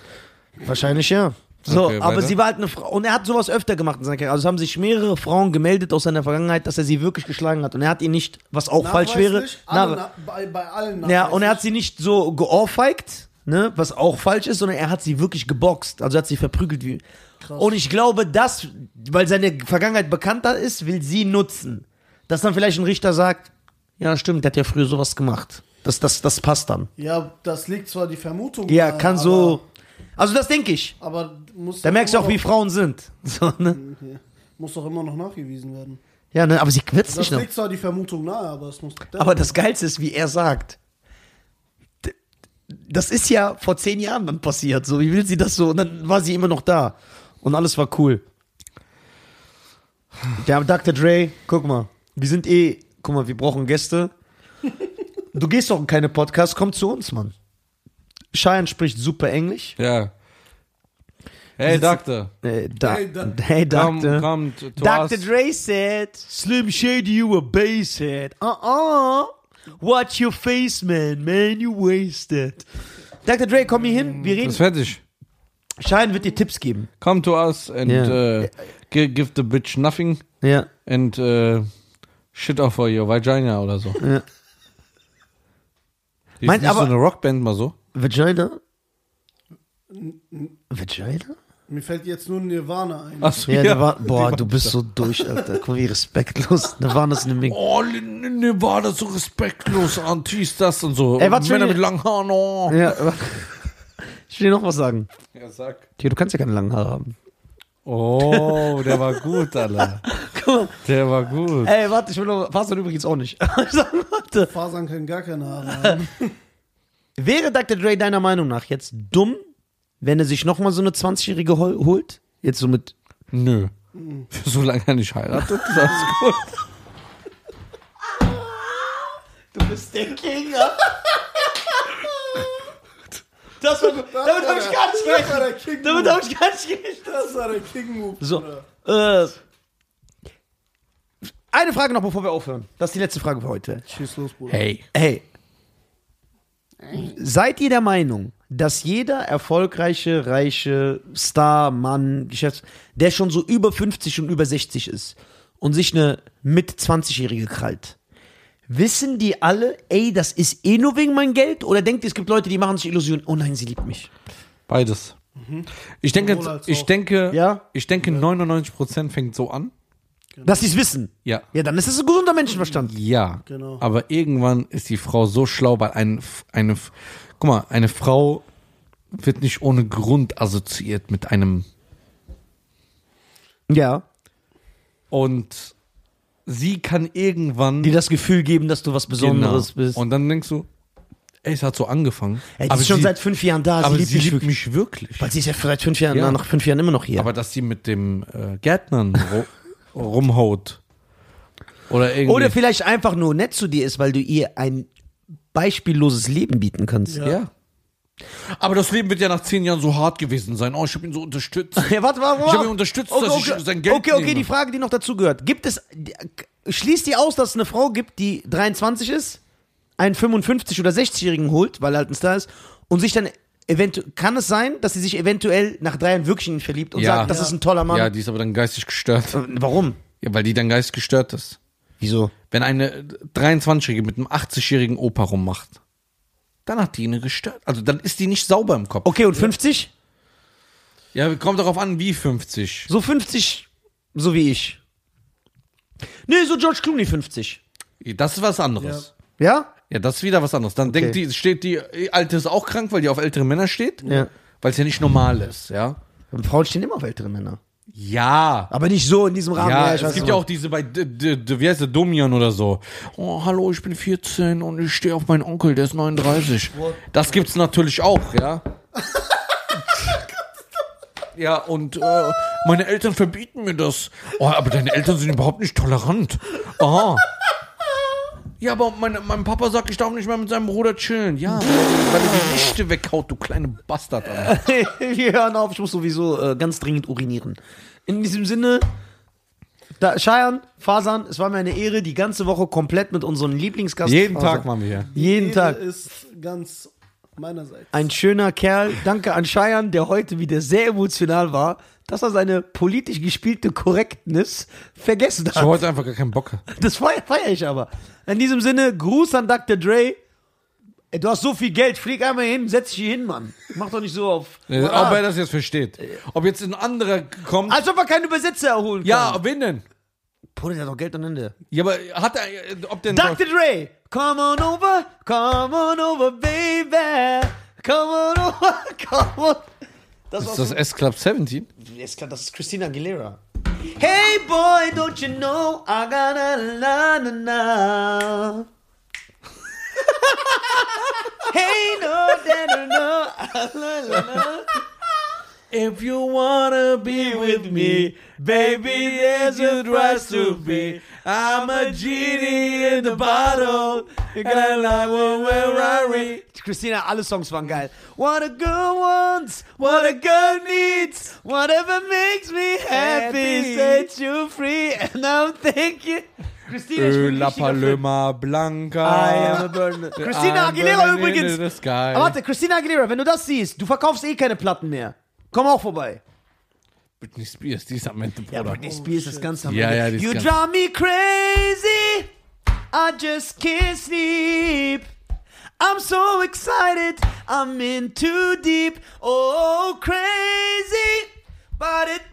[SPEAKER 2] Wahrscheinlich ja. So,
[SPEAKER 3] Okay,
[SPEAKER 2] aber
[SPEAKER 3] weiter.
[SPEAKER 2] sie war halt eine Frau. Und er hat sowas öfter gemacht in seiner Karriere. Also es haben sich mehrere Frauen gemeldet aus seiner Vergangenheit, dass er sie wirklich geschlagen hat. Und er hat ihr nicht, was auch falsch wäre.
[SPEAKER 1] Nachweislich, alle
[SPEAKER 2] Ah, na-
[SPEAKER 1] na, bei, bei allen
[SPEAKER 2] ja, und er hat
[SPEAKER 1] nachweislich.
[SPEAKER 2] sie nicht so geohrfeigt, ne, was auch falsch ist, sondern er hat sie wirklich geboxt. Also er hat sie verprügelt wie. Und ich glaube, das, weil seine Vergangenheit bekannter ist, will sie nutzen. Dass dann vielleicht ein Richter sagt, ja, stimmt, der hat ja früher sowas gemacht. Das, das, das passt dann.
[SPEAKER 1] Ja, das liegt zwar die Vermutung.
[SPEAKER 2] Ja,
[SPEAKER 1] nahe,
[SPEAKER 2] kann so. Also das denke ich.
[SPEAKER 1] Aber, aber muss
[SPEAKER 2] Da
[SPEAKER 1] doch
[SPEAKER 2] merkst du
[SPEAKER 1] immer
[SPEAKER 2] auch, wie
[SPEAKER 1] noch-
[SPEAKER 2] Frauen sind. *laughs* So, ne?
[SPEAKER 1] Okay. Muss doch immer noch nachgewiesen werden.
[SPEAKER 2] Ja, ne, aber sie wird's
[SPEAKER 1] Das ne?
[SPEAKER 2] nicht noch.
[SPEAKER 1] liegt zwar die Vermutung nahe, aber es muss.
[SPEAKER 2] Aber das Geilste ist, wie er sagt. D- Das ist ja vor zehn Jahren dann passiert. So, wie will sie das so? Und dann war sie immer noch da. Und alles war cool. Ja, Dr. Dre, guck mal. Wir sind eh, guck mal, wir
[SPEAKER 1] *laughs*
[SPEAKER 2] brauchen Gäste. Du gehst doch in keine Podcasts, komm zu uns, Mann. Cheyenne spricht super Englisch.
[SPEAKER 3] Ja. Hey, Doctor.
[SPEAKER 2] Äh, da,
[SPEAKER 1] Hey, Doc-
[SPEAKER 2] hey,
[SPEAKER 3] Come,
[SPEAKER 2] Doctor.
[SPEAKER 3] come to, to
[SPEAKER 2] Dr.
[SPEAKER 3] us.
[SPEAKER 2] Dre said, Slim Shady, you a basehead. Uh-uh. Watch your face, man. Man, you wasted. Dr. Dre, komm hier hin. Wir
[SPEAKER 3] Ist
[SPEAKER 2] reden.
[SPEAKER 3] fertig.
[SPEAKER 2] Schein wird dir Tipps geben.
[SPEAKER 3] Come to us and
[SPEAKER 2] Ja.
[SPEAKER 3] äh, gi- give the bitch nothing
[SPEAKER 2] Ja.
[SPEAKER 3] and äh, shit off for your vagina oder so.
[SPEAKER 2] Ja.
[SPEAKER 3] Die
[SPEAKER 2] Meint
[SPEAKER 3] ist nicht
[SPEAKER 2] aber-
[SPEAKER 3] so eine Rockband mal so.
[SPEAKER 2] Vagina? Vagina?
[SPEAKER 1] Mir fällt jetzt nur Nirvana ein.
[SPEAKER 3] Achso,
[SPEAKER 2] Ja, Nirvana. Boah, du bist so durch, Alter. Guck mal, wie *laughs* respektlos. Nirvana ist eine Menge.
[SPEAKER 3] Oh, ne, war das so respektlos, Antis, das und so.
[SPEAKER 2] Ey, was für
[SPEAKER 3] Männer
[SPEAKER 2] eine-
[SPEAKER 3] mit langen Haaren, oh.
[SPEAKER 2] Ja, aber- ich will dir noch was sagen.
[SPEAKER 3] Ja, sag.
[SPEAKER 2] Tja, du kannst ja keine langen Haare haben.
[SPEAKER 3] Oh, der war gut, Alter. Der war gut.
[SPEAKER 2] Ey, warte, ich will noch. Fasern übrigens auch nicht. Ich sag, warte.
[SPEAKER 1] Fasern können gar keine
[SPEAKER 2] *laughs*
[SPEAKER 1] Haare haben.
[SPEAKER 2] Wäre Dr. Dre deiner Meinung nach jetzt dumm, wenn er sich nochmal so eine 20-Jährige hol holt? Jetzt so mit.
[SPEAKER 3] Nö. Solange er nicht heiratet, ist alles gut.
[SPEAKER 2] Du bist der King, *laughs* Das war gut. Damit hab ich gar
[SPEAKER 1] Das
[SPEAKER 2] nicht gerechnet.
[SPEAKER 1] war der King
[SPEAKER 2] Damit
[SPEAKER 1] Move.
[SPEAKER 2] hab ich gar nicht gerechnet.
[SPEAKER 1] Das war der King Move.
[SPEAKER 2] So.
[SPEAKER 1] Bruder.
[SPEAKER 2] Äh, eine Frage noch, bevor wir aufhören. Das ist die letzte Frage für heute.
[SPEAKER 1] Schieß los, Bruder.
[SPEAKER 3] Hey.
[SPEAKER 2] Hey. Seid ihr der Meinung, dass jeder erfolgreiche, reiche Star, Mann, Geschäfts, der schon so über 50 und über 60 ist und sich eine mit 20-Jährige krallt, wissen die alle, ey, das ist eh nur wegen mein Geld? Oder denkt ihr, es gibt Leute, die machen sich Illusionen, oh nein, sie liebt mich?
[SPEAKER 3] Beides.
[SPEAKER 2] Mhm.
[SPEAKER 3] Ich denke,
[SPEAKER 1] Sowohl als
[SPEAKER 3] ich
[SPEAKER 1] auch.
[SPEAKER 3] denke,
[SPEAKER 2] Ja?
[SPEAKER 3] ich denke, 99% fängt so an.
[SPEAKER 2] Dass sie es wissen?
[SPEAKER 3] Ja.
[SPEAKER 2] Ja, dann ist es ein gesunder Menschenverstand.
[SPEAKER 3] Ja.
[SPEAKER 1] Genau.
[SPEAKER 3] Aber irgendwann ist die Frau so schlau, weil ein, eine, guck mal, eine Frau wird nicht ohne Grund assoziiert mit einem
[SPEAKER 2] Ja.
[SPEAKER 3] und sie kann irgendwann
[SPEAKER 2] Die das Gefühl geben, dass du was Besonderes
[SPEAKER 3] Genau.
[SPEAKER 2] bist.
[SPEAKER 3] Und dann denkst du, ey, es hat so angefangen.
[SPEAKER 2] ey, die ist schon
[SPEAKER 3] sie,
[SPEAKER 2] seit fünf Jahren da,
[SPEAKER 3] aber
[SPEAKER 2] sie liebt
[SPEAKER 3] sie
[SPEAKER 2] mich
[SPEAKER 3] liebt
[SPEAKER 2] wirklich.
[SPEAKER 3] mich wirklich.
[SPEAKER 2] Weil sie ist ja vielleicht fünf Jahren,
[SPEAKER 3] Ja.
[SPEAKER 2] na, nach fünf Jahren immer noch hier.
[SPEAKER 3] Aber dass sie mit dem äh, Gärtnern ru *laughs* rumhaut. Oder irgendwie.
[SPEAKER 2] Oder vielleicht einfach nur nett zu dir ist, weil du ihr ein beispielloses Leben bieten kannst. Ja,
[SPEAKER 3] ja. Aber das Leben wird ja nach zehn Jahren so hart gewesen sein. Oh, ich habe ihn so unterstützt.
[SPEAKER 2] warte, warte,
[SPEAKER 3] Ich hab ihn unterstützt, dass ich sein Geld
[SPEAKER 2] Okay, okay,
[SPEAKER 3] nehme.
[SPEAKER 2] die Frage, die noch dazu gehört. Gibt es, schließt die aus, dass es eine Frau gibt, die 23 ist, einen 55- oder 60-Jährigen holt, weil er halt ein Star ist, und sich dann eventuell, kann es sein, dass sie sich eventuell nach drei Jahren wirklich in ihn verliebt und
[SPEAKER 3] Ja.
[SPEAKER 2] sagt, das
[SPEAKER 3] Ja.
[SPEAKER 2] ist ein toller Mann?
[SPEAKER 3] Ja, die ist aber dann geistig gestört.
[SPEAKER 2] Äh, Warum?
[SPEAKER 3] Ja, weil die dann geistig gestört ist.
[SPEAKER 2] Wieso?
[SPEAKER 3] Wenn eine 23-Jährige mit einem 80-jährigen Opa rummacht, dann hat die eine gestört. Also dann ist die nicht sauber im Kopf.
[SPEAKER 2] Okay, und 50?
[SPEAKER 3] Ja, kommt darauf an, wie 50.
[SPEAKER 2] So 50, so wie ich. Nee, so George Clooney 50.
[SPEAKER 3] Das ist was anderes.
[SPEAKER 2] Ja?
[SPEAKER 3] Ja, das ist wieder was anderes. Dann denkt die, steht die äh, Alte ist auch krank, weil die auf ältere Männer steht,
[SPEAKER 2] Ja.
[SPEAKER 3] weil es ja nicht normal ist, ja.
[SPEAKER 2] Frauen stehen immer auf ältere Männer.
[SPEAKER 3] Ja.
[SPEAKER 2] Aber nicht so in diesem Rahmen.
[SPEAKER 3] Ja,
[SPEAKER 2] ich
[SPEAKER 3] es
[SPEAKER 2] weiß
[SPEAKER 3] gibt
[SPEAKER 2] was
[SPEAKER 3] ja
[SPEAKER 2] du
[SPEAKER 3] auch diese bei, D- D- D- wie heißt der, Domian oder so. Oh, hallo, ich bin 14 und ich stehe auf meinen Onkel, der ist 39. Das gibt's natürlich auch, ja. ja, und äh, meine Eltern verbieten mir das. Oh, aber deine Eltern sind überhaupt nicht tolerant. Aha. Ja, aber meine, mein Papa sagt, ich darf nicht mehr mit seinem Bruder chillen. Ja, weil er die Nichte weghaut, du kleine Bastard. Alter.
[SPEAKER 2] meinst. *laughs* Wir hören auf, ich muss sowieso äh, ganz dringend urinieren. In diesem Sinne, da, Scheiern, Fasan, es war mir eine Ehre, die ganze Woche komplett mit unseren Lieblingsgast.
[SPEAKER 3] Jeden Tag
[SPEAKER 2] Fasan.
[SPEAKER 3] machen wir hier.
[SPEAKER 2] Jeden
[SPEAKER 1] Jede
[SPEAKER 2] Tag.
[SPEAKER 1] ist ganz meinerseits.
[SPEAKER 2] Ein schöner Kerl. Danke an Scheiern, der heute wieder sehr emotional war, dass er seine politisch gespielte Korrektness vergessen
[SPEAKER 3] Ich hab
[SPEAKER 2] hat.
[SPEAKER 3] heute einfach gar keinen Bock.
[SPEAKER 2] Das feiere feier ich aber. In diesem Sinne, Gruß an Dr. Dre. Ey, Du hast so viel Geld, flieg einmal hin, setz dich hier hin, Mann. Mach doch nicht so auf.
[SPEAKER 3] Äh, Ob er das jetzt versteht. Ob jetzt ein anderer kommt.
[SPEAKER 2] Als ob er keine Übersetzer erholen kann.
[SPEAKER 3] ja, wen denn?
[SPEAKER 2] Bruder, der hat doch Geld am Ende.
[SPEAKER 3] Ja, aber hat er, äh, ob denn.
[SPEAKER 2] Dr. Dre, come on over, come on over, baby. Come on over, *laughs* come on. Das
[SPEAKER 3] ist
[SPEAKER 2] war's.
[SPEAKER 3] das S-Club 17?
[SPEAKER 2] Ist klar, das ist Christina Aguilera. Hey boy, don't you know I got a la na na. *laughs* hey no, da, no, no, ah, la la la.
[SPEAKER 6] If you wanna be with me, baby, there's a price to be. I'm a genie in the bottle, and I will Ferrari.
[SPEAKER 2] Christina, alle Songs waren geil. What a girl wants, what a girl needs, whatever makes me
[SPEAKER 6] Happy.
[SPEAKER 2] happy, sets you free, and I'm thinking. Christina, ich bin ein
[SPEAKER 3] La
[SPEAKER 2] richtiger Fan.
[SPEAKER 3] Paloma Blanca. *laughs*
[SPEAKER 2] Christina Aguilera übrigens.
[SPEAKER 3] In the sky.
[SPEAKER 2] Aber warte, Christina Aguilera, wenn du das siehst, du verkaufst eh keine Platten mehr. Komm auch vorbei.
[SPEAKER 3] Britney Spears, die ist am Ende,
[SPEAKER 2] Ja,
[SPEAKER 3] Bruder.
[SPEAKER 2] Britney Spears ist ganz am
[SPEAKER 3] Ja,
[SPEAKER 2] Ende.
[SPEAKER 3] ja, die ist
[SPEAKER 2] you
[SPEAKER 3] ganz-
[SPEAKER 2] drive me crazy, I just can't sleep. I'm so excited, I'm in too deep. Oh, crazy, but it...